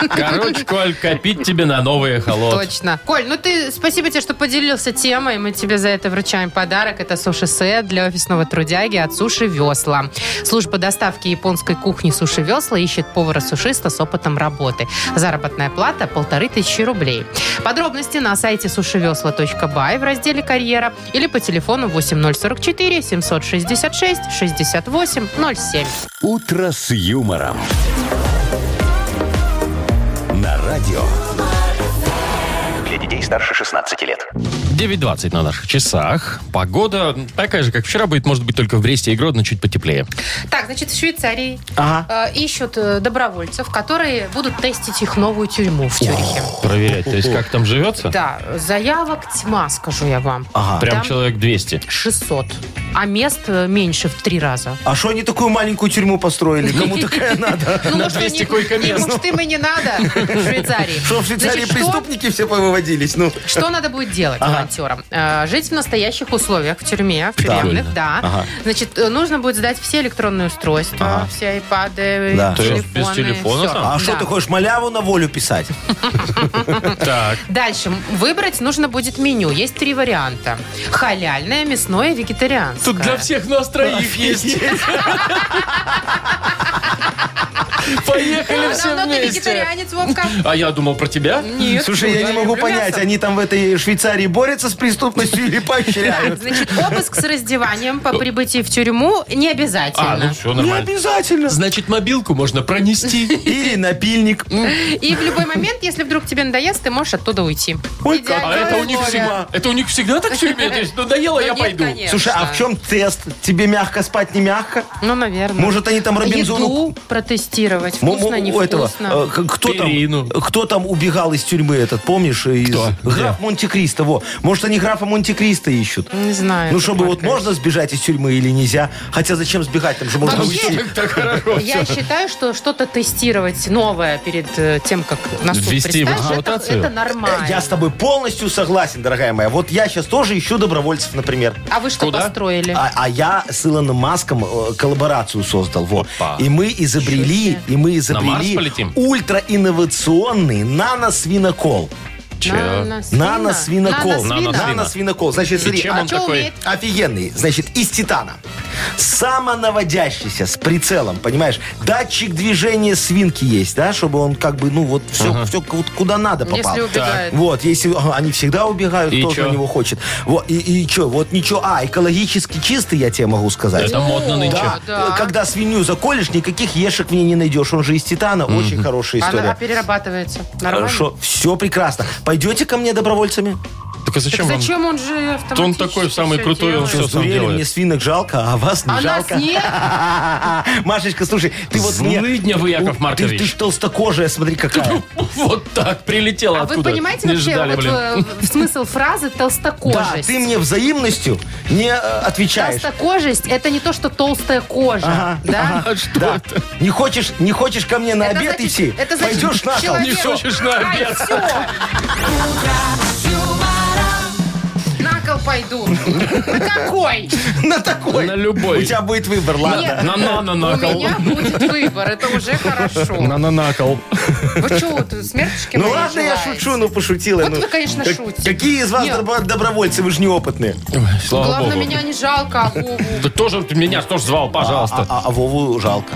Короче, Коль, копить тебе на новые холод.
Точно. Коль, ну ты спасибо тебе, что поделился темой. Мы тебе за это вручаем подарок. Это суши-сет для офисного трудяги от Суши Весла. Служба доставки японской кухни Суши Весла ищет повара-сушиста с опытом работы. Заработная плата полторы тысячи рублей. Подробности на сайте сушивесла.бай в разделе «Карьера» или по телефону 8044 766 68 07.
«Утро с юмором». На радио.
Для детей старше 16 лет.
9.20 на наших часах. Погода такая же, как вчера будет, может быть, только в Бресте и Гродно чуть потеплее.
Так, значит, в Швейцарии
Ага.
э, ищут э, добровольцев, которые будут тестить их новую тюрьму в Тюрихе.
Проверять, то есть как там живется?
Да, заявок тьма, скажу я вам.
Ага.
Прям
Там-
человек 200.
600. А мест э, меньше в три раза.
А что они такую маленькую тюрьму построили? Кому такая надо?
Ну, может,
200
и не-
койко-мест.
и, Может, им и не надо в Швейцарии.
Что в Швейцарии
Значит, что-
преступники все повыводились? Ну,
Что надо будет делать
Ага.
волонтерам? Э, Жить в настоящих условиях, в тюрьме, в тюремных, да.
Ага.
Значит, э, нужно будет сдать все электронные устройства,
Ага.
все айпады,
Да.
То есть
телефоны.
без телефона
всё.
там?
а что
Да.
ты хочешь, маляву на волю писать?
Так.
Дальше. Выбрать нужно будет меню. Есть три варианта. Халяльное, мясное, вегетарианское.
Тут для всех нас троих есть. Поехали
А,
все
давно ты
вместе.
вегетарианец, Вовка?
А я думал про тебя.
Нет.
Слушай, я не могу
люблю
понять,
мясо.
они там в этой Швейцарии борются с преступностью или
Так,
поощряют?
значит, обыск с раздеванием по прибытии в тюрьму не
А, ну
обязательно.
все,
Не
нормально.
обязательно.
Значит, мобилку можно пронести.
Или напильник.
И в любой момент, если вдруг тебе надоест, ты можешь оттуда уйти.
Ой,
Идеальное
А это у них
условие.
всегда. Это у них всегда так в тюрьме? То есть, надоело,
Ну,
я
нет,
пойду.
конечно.
Слушай, а в чем тест? Тебе мягко спать, не мягко?
Ну, наверное.
Может, они там Робинзону...
Еду протестировать.
М- м-
Вкусно,
у этого, э,
невкусно.
к- кто,
Перину.
там, кто там убегал из тюрьмы этот, помнишь? Из...
Кто?
Граф Монте-Кристо, во. Может, они графа Монте-Кристо ищут?
Не знаю.
Ну,
Яков
чтобы вот
Маркович.
можно сбежать из тюрьмы или нельзя? Хотя зачем сбегать? Там же можно
Вообще-
уйти.
Так хорошо.
Я считаю, что что-то тестировать новое перед э, тем, как на суд
Ввести в
представишь, это,
эксплуатацию?
это
Э,
нормально.
Я с тобой полностью согласен, дорогая моя. Вот я сейчас тоже ищу добровольцев, например.
А вы что
Куда?
построили?
А, а я с Илоном Маском э, коллаборацию создал. Во.
Опа.
И мы изобрели, и мы
На Марс
изобрели
полетим?
ультраинновационный нано-свинокол.
Че?
Наносвинокол.
Нано-свино.
Наносвинокол. Значит,
И
смотри, а
чем он
а чё
такой?
умеет?
Офигенный. Значит, из титана. Самонаводящийся, с прицелом, понимаешь? Датчик движения свинки есть, да? Чтобы он как бы, ну, вот все, все куда надо попал.
Если убегает.
Вот, если ага, они всегда убегают,
И
кто же
чё?
на него хочет. Вот, и, и чё, вот ничего. А, экологически чистый, я тебе могу сказать.
Это модно нынче.
Да,
да.
э, когда свинью заколешь, никаких ешек в ней не найдешь. Он же из титана. Очень хорошая
Она а
история.
перерабатывается. Нормально?
Хорошо, все прекрасно. Пойдете ко мне добровольцами?
Так а зачем
Так
вам?
зачем он же автоматически
Он такой самый
всё
крутой, он
делает?
всё
Что,
сам делает?
мне свинок жалко, а вас не
А нас
жалко.
нет?
Машечка, слушай, ты вот мне...
Злыдня вы, Яков
Ты-
Маркович.
Ты, ж толстокожая, смотри, какая.
Вот так прилетело
А
откуда?
вы понимаете
Не
вообще
ждали,
вот,
блин.
э, в смысл фразы
Да,
толстокожесть?
ты мне взаимностью не э, отвечаешь.
Толстокожесть это не то, что толстая кожа.
Ага,
да?
А
ага, да. Не хочешь, не хочешь ко мне на
Это
обед
значит-
идти?
это значит,
Пойдешь на кол.
человек-
Не хочешь на
Ай,
обед?
всё. На кол пойду. Какой?
На такой.
На любой.
У тебя будет выбор, ладно.
Нет.
На на на
У
на кол.
меня будет выбор, это уже хорошо.
На на на кол.
Вы что, вот, смерточки
Ну
мои
ладно, я
желаете?
шучу, ну пошутила.
Вот
ну.
вы, конечно,
Как-
шутите.
Какие из вас
Нет.
добро- добровольцы, вы же неопытные.
Ой, Слава
Главное,
богу.
меня не жалко, а Вову.
Да тоже ты меня тоже звал,
А,
пожалуйста.
а- а Вову жалко.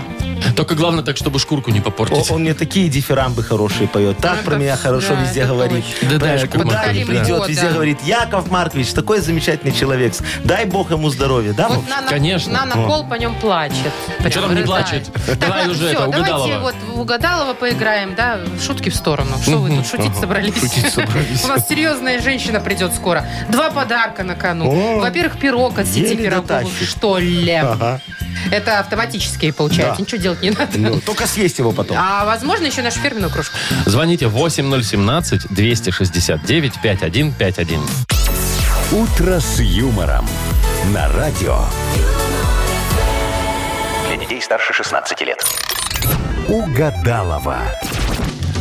Только главное так, чтобы шкурку не
О,
попортить.
он мне такие дифирамбы хорошие поет. Так
Ну,
про
это
меня
вс-
хорошо
да,
везде
это
говорит.
точно.
Да, да,
Знаешь,
Яков
куда не
Маркович, да.
придет, везде
Да.
говорит, Яков Маркович, такой замечательный человек. Дай бог ему здоровья, да?
Вот
Вов?
Нана,
Ну, Конечно.
Нана Кол по нем плачет. Прям
Чё там не
рыдает.
плачет? Давай
ладно,
уже
всё,
это,
давайте
Угадалова.
вот в Угадалова поиграем, да? Шутки в сторону. Что вы тут шутить собрались?
шутить собрались.
У вас серьезная женщина придет скоро. Два подарка на кону.
О,
Во-первых, пирог от сети
еле
пироговых,
дотащит.
что ли?
Ага.
Это автоматические получается,
Да.
ничего делать не надо.
Ну, Только съесть его потом.
А возможно еще нашу фирменную кружку.
Звоните 8017-269-5151.
«Утро с юмором» на радио.
Для детей старше 16 лет.
Угадалова.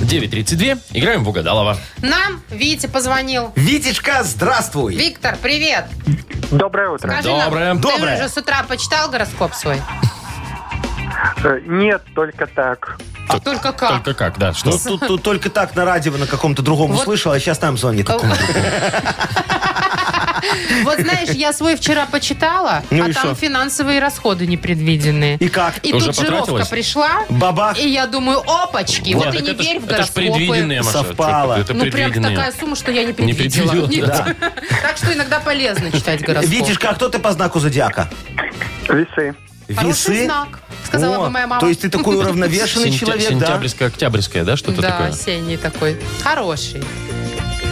9.32. Играем в Угадалова.
Нам Витя позвонил.
Витечка, здравствуй.
Виктор, привет.
Доброе утро.
Скажи
Доброе.
нам,
Доброе.
ты уже с утра почитал гороскоп свой?
Э, Нет, только так.
А Только как?
Только как, да, что?
Ну, тут, тут только так на радио на каком-то другом
Вот.
услышал, а сейчас нам звонит.
Вот знаешь, я свой вчера почитала,
Ну
а
и
там
что?
финансовые расходы непредвиденные.
И как?
И
Уже
тут жировка
потратилась?
пришла,
Бабах.
и я думаю, опачки,
Вот,
вот и
Ну, так
не
это ж-
верь в
Это ж
гороскопы.
предвиденное, Маша.
Совпало.
Это
Ну, прям такая
предвиденное.
сумма, что я не
Не
предвидела.
предвидела,
Нет. Так что иногда полезно читать гороскоп.
Витечка, а кто ты по знаку зодиака?
Весы.
Хороший
Весы?
знак, сказала
О,
бы моя мама.
То есть ты такой уравновешенный
Сентя-
человек, да?
Сентябрьская, октябрьская, да, что-то
Да,
такое?
осенний такой. Хороший.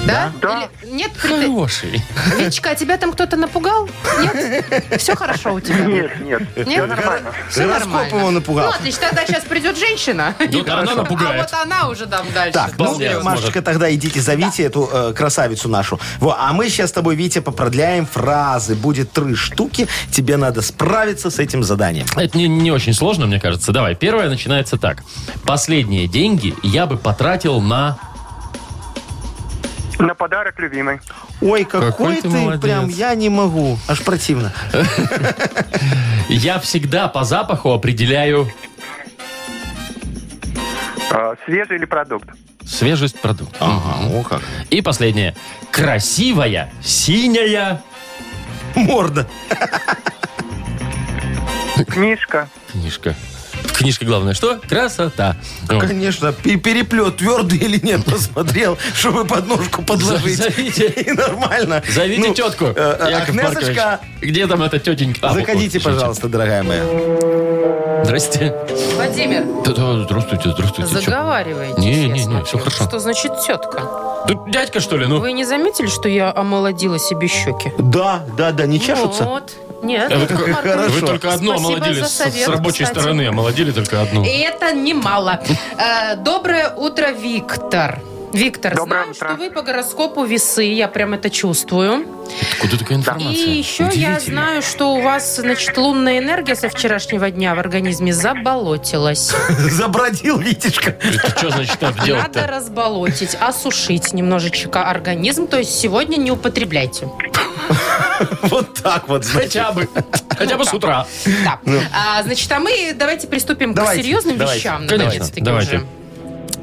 Да?
Да.
Или- Нет, прет-
Хороший.
Витечка, а тебя там кто-то напугал? Нет? Все хорошо у тебя?
Нет, нет.
Нет?
нормально.
Все
Гороскоп
нормально.
его напугал.
Ну, отлично, тогда сейчас придет женщина.
Ну, да, она напугает.
А вот она уже там дальше.
Так, ну,
Вполне возможно.
Машечка, тогда идите зовите эту э, красавицу нашу. Во, а мы сейчас с тобой, Витя, попродляем фразы. Будет три штуки. Тебе надо справиться с этим заданием.
Это не, не очень сложно, мне кажется. Давай, первое начинается так. Последние деньги я бы потратил на...
На подарок любимой.
Ой, какой,
Какой ты
ты,
молодец.
прям, я не могу. Аж противно.
Я всегда по запаху определяю
Э, Свежий или продукт?
свежесть продукта. Мгм.
О, как.
И последнее. Красивая, синяя...
Морда.
Книжка.
Книжка. Книжка главное что? Красота. Вот.
Конечно, пе- переплет твердый или нет, посмотрел, чтобы подножку подложить.
Зовите.
И нормально.
Зовите
Ну,
тетку.
э, э,
Яков
Агнесочка,
Маркович. Где там эта тетенька? А,
заходите,
вот, вот,
пожалуйста, дорогая моя.
слушайте. Здрасте.
Владимир,
Да, да, Здравствуйте, здравствуйте. Чё?
заговариваете.
Не, не, не, всё хорошо.
Что значит тетка?
Тут дядька, что ли? Ну,
Вы не заметили, что я омолодила себе щеки?
Да, да, да, не чешутся?
Вот. Нет,
Э, вы
Яков
только-
Маркович.
вы только одно
Спасибо
омолодили
за
с-
совет,
с рабочей
кстати.
стороны, омолодили только одну.
И это немало. Э, Доброе утро, Виктор. Виктор,
Доброе
знаю,
утро.
что вы по гороскопу весы, я прям это чувствую.
Куда такая
И
информация?
еще я
Удивительно.
знаю, что у вас, значит, лунная энергия со вчерашнего дня в организме заболотилась.
Забродил, Витечка.
Это что значит надо
Надо
делать-то?
разболотить, осушить немножечко организм, то есть сегодня не употребляйте.
Вот так вот, знаете.
Хотя бы. Хотя бы с утра.
Да. А, значит, а мы давайте приступим
Давайте,
к серьезным
давайте.
вещам,
Конечно,
наконец-таки
давайте.
уже.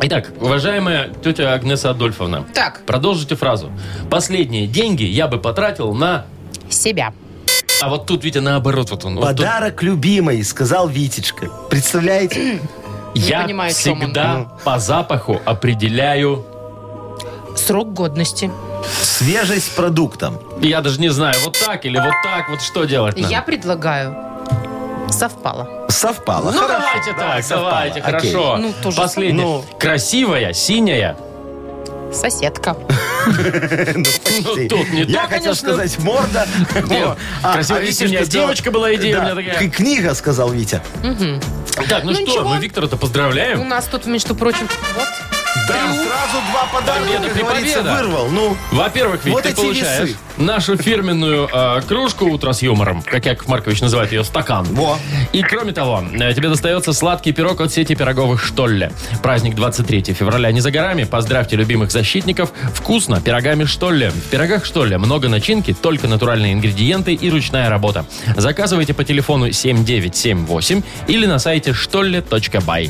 Итак, уважаемая тетя Агнеса Адольфовна,
Так,
продолжите фразу. Последние деньги я бы потратил на...
себя.
А вот тут, Витя, наоборот, вот он. вот тут.
Подарок любимой, сказал Витечка. Представляете?
я
понимаю, о чем он.
всегда
Ну.
по запаху определяю...
Срок годности.
Свежесть продуктом.
Я даже не знаю, вот так или вот так, вот что делать надо.
Я предлагаю. Совпало.
Совпало.
Ну,
Хорошо.
давайте
Давай,
так,
совпало.
давайте,
Окей.
хорошо.
Ну, тоже
Последняя.
ну.
Красивая, синяя.
Соседка.
Ну, тут не
Я
то,
хотел
конечно.
сказать морда.
Нет,
А,
красивая
а
и
Витюшка
синяя
сказал-
девочка была идея у
Да.
меня такая.
К- Книга, сказал Витя.
Так, ну,
Ну,
что,
ничего.
мы Виктора-то
У
поздравляем.
нас тут, между прочим, вот.
Да, сразу два подарка,
Победа,
как говорится,
припобеда.
вырвал. Ну,
Во-первых, Вить,
Вот
ты
эти
получаешь
весы.
нашу фирменную э, кружку «Утро с юмором», как Яков Маркович называет ее, стакан.
Во.
И кроме того, э, тебе достается сладкий пирог от сети пироговых «Штолле». Праздник 23 февраля не за горами. Поздравьте любимых защитников. Вкусно пирогами «Штолле». В пирогах «Штолле» много начинки, только натуральные ингредиенты и ручная работа. Заказывайте по телефону 7978 или на сайте штолле.бай.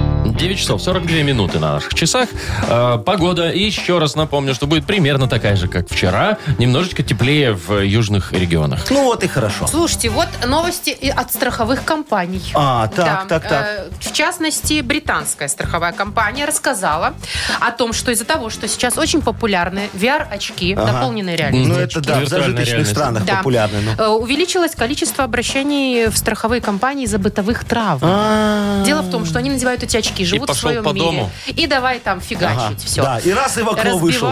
9 часов 42 минуты на наших часах. Э, погода. И еще раз напомню, что будет примерно такая же, как вчера. Немножечко теплее в э, южных регионах.
ну вот и хорошо.
Слушайте, вот новости и от страховых компаний.
А, так,
Да.
так, так.
Э, В частности, британская страховая компания рассказала о том, что из-за того, что сейчас очень популярны VR-очки,
Ага.
дополненной реальности.
Ну это да, в
Виртуальная
зажиточных
реальность.
странах
Да.
популярно. ну.
Э, Увеличилось количество обращений в страховые компании из-за бытовых травм.
А,
Дело в том, что они называют эти очки, живут в
пошел
своем
по
мире.
дому.
И давай там фигачить
ага,
все.
А, Да, и раз и в окно вышел.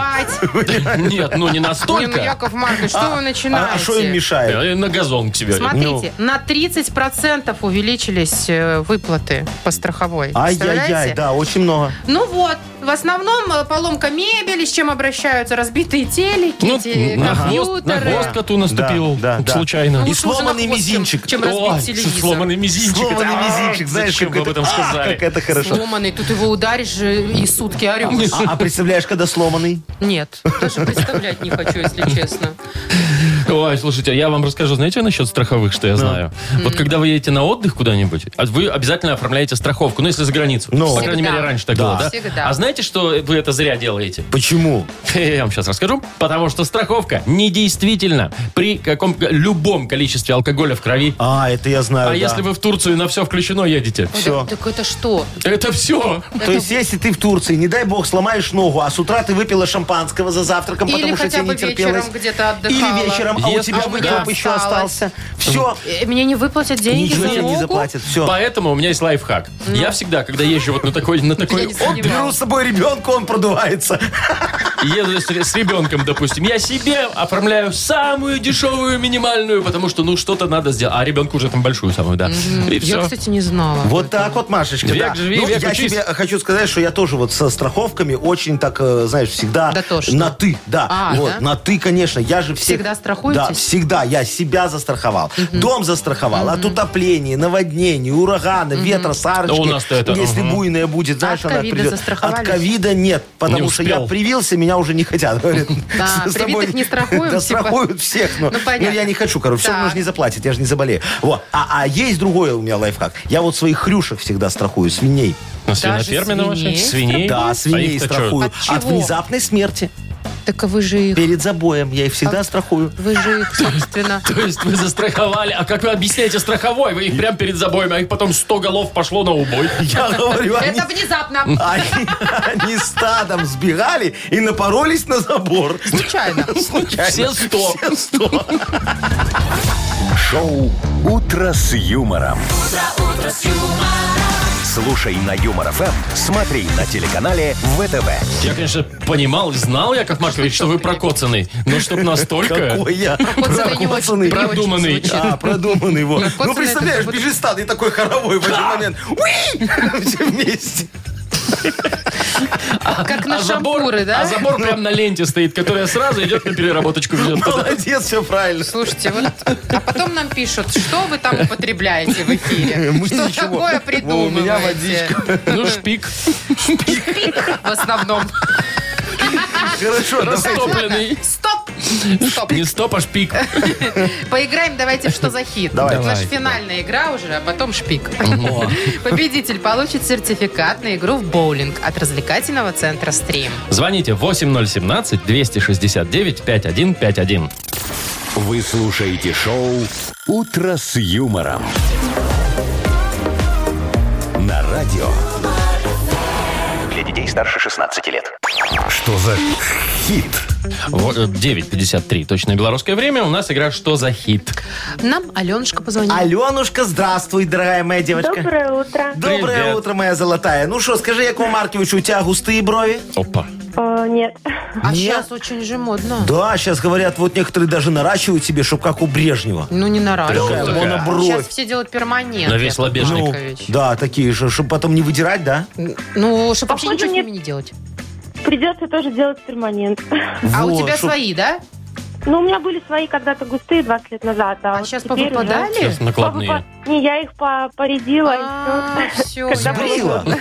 Разбивать.
Нет, ну не
Не, ну,
настолько.
Яков Маркович, что вы начинаете?
А что им мешает?
Э, На газон к тебе.
Смотрите, на 30% увеличились э, выплаты по страховой.
Ай-яй-яй,
Представляете?
да, очень много.
Ну вот, в основном э, поломка мебели, с чем обращаются, разбитые телеки,
Ну,
те-
на хвост, на
компьютеры.
хвост коту наступил.
Да, да, да.
Случайно.
И
Лучше Ну, уже на
сломанный
хвост, чем-
мизинчик.
Чем разбить
Ой,
телевизор.
сломанный мизинчик.
Сломанный
А,
мизинчик, знаешь,
зачем вы об
как это-
этом
А, Как
сказали?
это хорошо.
Сломанный, тут его ударишь э, и сутки орешь.
А а представляешь, когда сломанный?
Нет, даже представлять не хочу, если честно.
Ой, слушайте, а я вам расскажу, знаете, насчет страховых,
Ну.
что я знаю? Вот когда вы едете на отдых куда-нибудь, а вы обязательно оформляете страховку, ну, если за границу.
Ну.
По крайней
Всегда.
мере, раньше так было, да?
Всегда.
А знаете, что вы это зря делаете?
Почему?
Я вам сейчас расскажу. Потому что страховка недействительна при каком любом количестве алкоголя в крови.
А, это я
А
знаю, да.
если вы в Турцию на все включено едете?
Всё.
Так- Так это что?
Это все.
То есть, если ты в Турции, не дай бог, сломаешь ногу, а с утра ты выпила шампанского за завтраком,
Или
потому что
хотя
тебе не
бы вечером
терпелось.
где-то отдыхала.
Или вечером, а у
Если
тебя
бы,
выхлоп
да.
еще остался. Все,
Э, Мне не выплатят деньги
ничего
за
тебе не
ногу?
заплатят. Все.
Поэтому у меня есть лайфхак. Я всегда, когда езжу вот на такой, на такой
Ну. Я не сомневаюсь.
Беру с собой ребенка, он продувается.
Еду с, с ребенком, допустим, я себе оформляю самую дешевую минимальную, потому что, ну, что-то надо сделать. А ребенку уже там большую самую, да. И
Я,
все.
кстати, не знала.
Вот так вот, Машечка.
Век
да.
живи,
Ну,
век
я
учись.
тебе хочу сказать, что я тоже вот со страховками очень так, э, знаешь, всегда
Дотошно.
на ты. Да,
А,
вот,
да?
на ты, конечно. Я же всех-
Всегда страхуетесь?
Да, всегда. Я себя застраховал. Дом застраховал. От утопления, наводнения, урагана, ветра, сарочки.
Да у нас-то это,
Если
мгм.
буйная будет, знаешь,
от
она
ковида
придет.
застраховались?
От ковида нет, потому что я
успел.
привился, меня уже не хотят. говорят.
Да,
С тобой-
привитых не страхуем,
Да,
типа.
страхуют всех. но-
Ну,
Ну,
понятно.
я не хочу, короче, все равно
Так.
же не заплатит, я же не заболею. Вот. А, а есть другой у меня лайфхак. Я вот своих хрюшек всегда страхую, свиней.
Ну, На свинофермина
Даже
вообще? Свиней? А
Да, свиней
их-то чё?
страхую.
А От чего?
От внезапной смерти.
Так а вы же их...
Перед забоем я их всегда страхую.
Вы же их, собственно...
То есть вы застраховали. А как вы объясняете страховой? Вы их прям перед забоем, а их потом 100 голов пошло на убой.
Я говорю, они,
Это внезапно,
они- они стадом сбегали и напоролись на забор.
случайно.
Случайно.
Все 100.
Все сто.
Шоу «Утро с юмором». Слушай на Юмор ФМ, смотри на телеканале ВТВ.
Я, конечно, понимал, знал, Яков Маркович, что вы прокоцанный. Но чтоб настолько...
Какой я
Коцанный не очень- не очень
прокоцанный.
Продуманный.
звучит.
А, продуманный его.
Накоцанный
Ну, представляешь,
это вот-
бежит стад и такой хоровой в один момент. Уи! Все вместе.
Как на
а забор,
шампуры, да?
а забор прям на ленте стоит, которая сразу идет на переработочку. Ведет.
Молодец, все правильно.
Слушайте, вот, а потом нам пишут, что вы там употребляете в эфире?
Мы
что
ничего.
такое придумываете?
У меня водичка.
Ну, шпик.
В основном.
Хорошо, ну, давай.
Растопленный.
Стоп!
Не стоп, а шпик.
Поиграем давайте в что за хит.
Давай.
Это наша
Давай.
финальная игра уже, а потом шпик. Победитель получит сертификат на игру в боулинг от развлекательного центра «Стрим».
Звоните 8017-269-5151.
Вы слушаете шоу «Утро с юмором». На радио.
Для детей старше 16 лет.
Что за хит?
Во- э, 9.53. Точное белорусское время. У нас игра «Что за хит?».
Нам Аленушка позвонила.
Аленушка, здравствуй, дорогая моя девочка.
Доброе утро.
Доброе
Привет.
утро, моя золотая. Ну что, скажи, Якову Марковичу, у тебя густые брови?
Опа.
Э, нет.
А
Нет.
сейчас очень же модно.
Да, сейчас говорят, вот некоторые даже наращивают себе, чтоб как у Брежнева.
Ну, не
Такая
нарадуйся.
монобровь.
Сейчас все делают перманент.
На весь
Яков
лобешник.
Маркович.
Ну, да, такие же, чтобы потом не выдирать, да?
Ну, чтобы вообще
Походу,
ничего с
нет.
ними не делать.
Придется тоже делать перманент.
А у
Вот,
тебя
чтоб-
свои, да?
Ну, у меня были свои когда-то густые 20 лет назад. А,
А
вот
сейчас
теперь уже-
повыпадали?
Сейчас накладные.
Повыпа- Не, я их по- поредила. и А,
А. все.
всё. Когда было
Сбрила.
Ну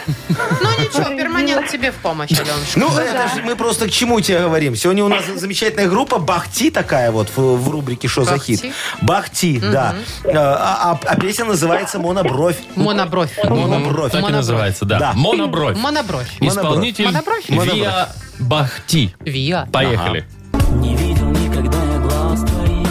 ничего, перманент тебе в помощь, Аленушка.
Ну, это же мы просто к чему тебе говорим. Сегодня у нас замечательная группа Бахти такая вот в, в рубрике «Что за
Бахти?
хит?» Бахти, да. Э, А, а- а песня называется «Монобровь».
Монобровь. М-м-м.
Монобровь.
Так и
Монобровь.
называется, да.
Да.
Монобровь.
Монобровь.
Монобровь.
Исполнитель
Монобровь?
Виа Бахти.
Виа.
Поехали.
Не видел никогда я глаз твоих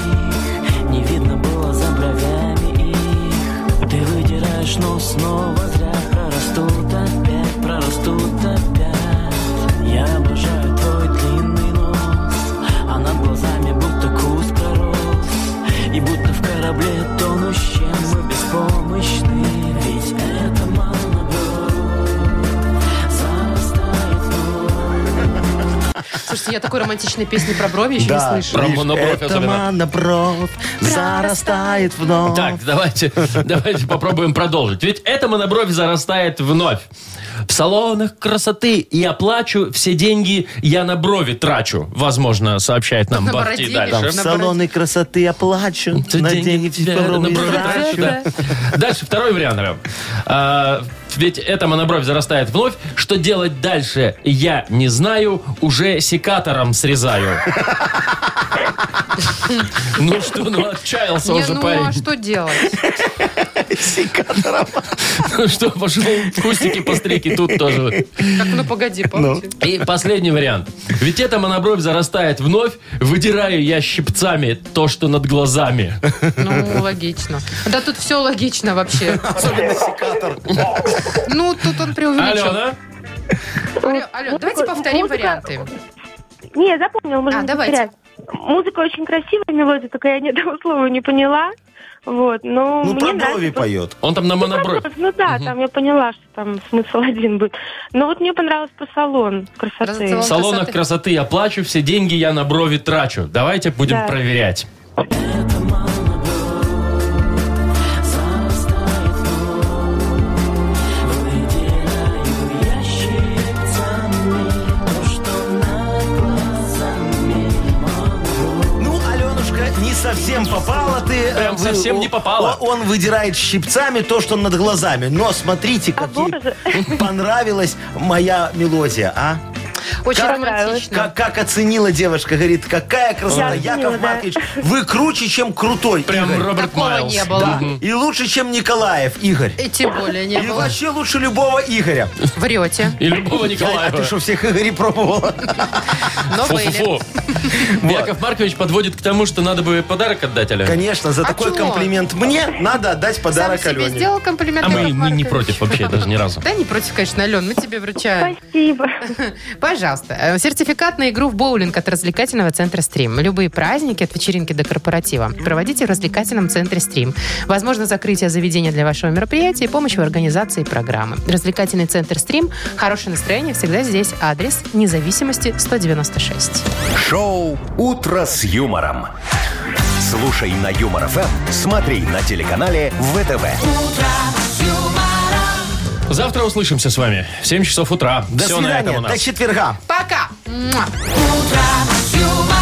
Не видно было за бровями их Ты вытираешь нос снова зря Прорастут опять, прорастут опять Я обожаю твой длинный нос А над глазами будто куст пророс И будто в корабле тонущем Мы беспомощны Ведь это монобровь Зарастает вновь
Слушайте, я такой романтичной песни про брови еще
Да.
не
Про
слышала.
Видишь,
монобровь
Это
особенно.
монобровь зарастает вновь.
Так, давайте, давайте попробуем продолжить. Ведь эта монобровь зарастает вновь. В салонах красоты я плачу, все деньги я на брови трачу. Возможно, сообщает нам
На
Бахти
бороде
Там
дальше.
лежит.
в салоны красоты я плачу,
Все
на деньги
тебя на
брови
брови трачу,
трачу.
да. Дальше, второй вариант. Рэм. А, Ведь эта монобровь зарастает вновь. Что делать дальше, я не знаю. Уже секатором срезаю. Ну что, ну отчаялся
Не,
уже
ну а
парень.
что делать?
Ну Что, пошел кустики пострики тут тоже.
Как, ну погоди, помните?
И последний вариант. Ведь эта монобровь зарастает вновь, выдираю я щипцами то, что над глазами.
Ну, логично. Да тут все логично вообще.
Особенно секатор.
Ну, тут он преувеличил.
Алена,
Алло, алло, давайте
Музыка-
повторим
музыка-
варианты.
Не, я запомнила, можно
А,
не
давайте.
повторять. Музыка очень красивая, мелодия, только я ни одного слова не поняла. Вот, но
Ну,
мне
про
нравится
брови
просто-
поет.
он там на монобровь.
Ну да, там я поняла, что там смысл один будет. Но вот мне понравилось про салон красоты.
В
Красота.
салонах красоты я плачу, все деньги я на брови трачу. Давайте будем
Да.
проверять.
Ну, Аленушка, не совсем попала ты. э,
Прям совсем не попала.
о- Он, выдирает щипцами то, что над глазами. Но смотрите,
А,
как ей
боже.
понравилась моя мелодия, а?
Очень
Как-
романтично.
Как, как оценила девочка, говорит, какая красота,
Я
Яков
оценила, да.
Маркович, вы круче, чем крутой,
Прям
Игорь.
Роберт
Такого
Майлз.
не было.
Да,
Мгм.
и лучше, чем Николаев, Игорь.
И тем более не
И
было.
вообще лучше любого Игоря.
Врете.
И любого
Я- а
Николаева.
ты что, всех Игорей пробовала?
Но были.
Фу-фу-фу. Яков Маркович подводит к тому, что надо бы подарок отдать, Ален.
Конечно, за
А
такой
чего?
комплимент мне надо отдать
Сам
подарок
себе
Алене.
сделал комплимент.
А мы
Яков
не- не
Маркович?
против вообще, даже ни разу.
Да не против, конечно, Ален, мы тебе вручаем.
Спасибо.
Пожалуйста, э, сертификат на игру в боулинг от развлекательного центра «Стрим». Любые праздники от вечеринки до корпоратива проводите в развлекательном центре «Стрим». Возможно, закрытие заведения для вашего мероприятия и помощь в организации программы. Развлекательный центр «Стрим». Хорошее настроение всегда здесь. Адрес независимости 196.
Шоу «Утро с юмором». Слушай на Юмор ФМ, смотри на телеканале ВТВ.
Завтра услышимся с вами в 7 часов утра.
До
Все на этом у
свидания,
нас.
до четверга.
Пока! Муа.
Утро с юмором.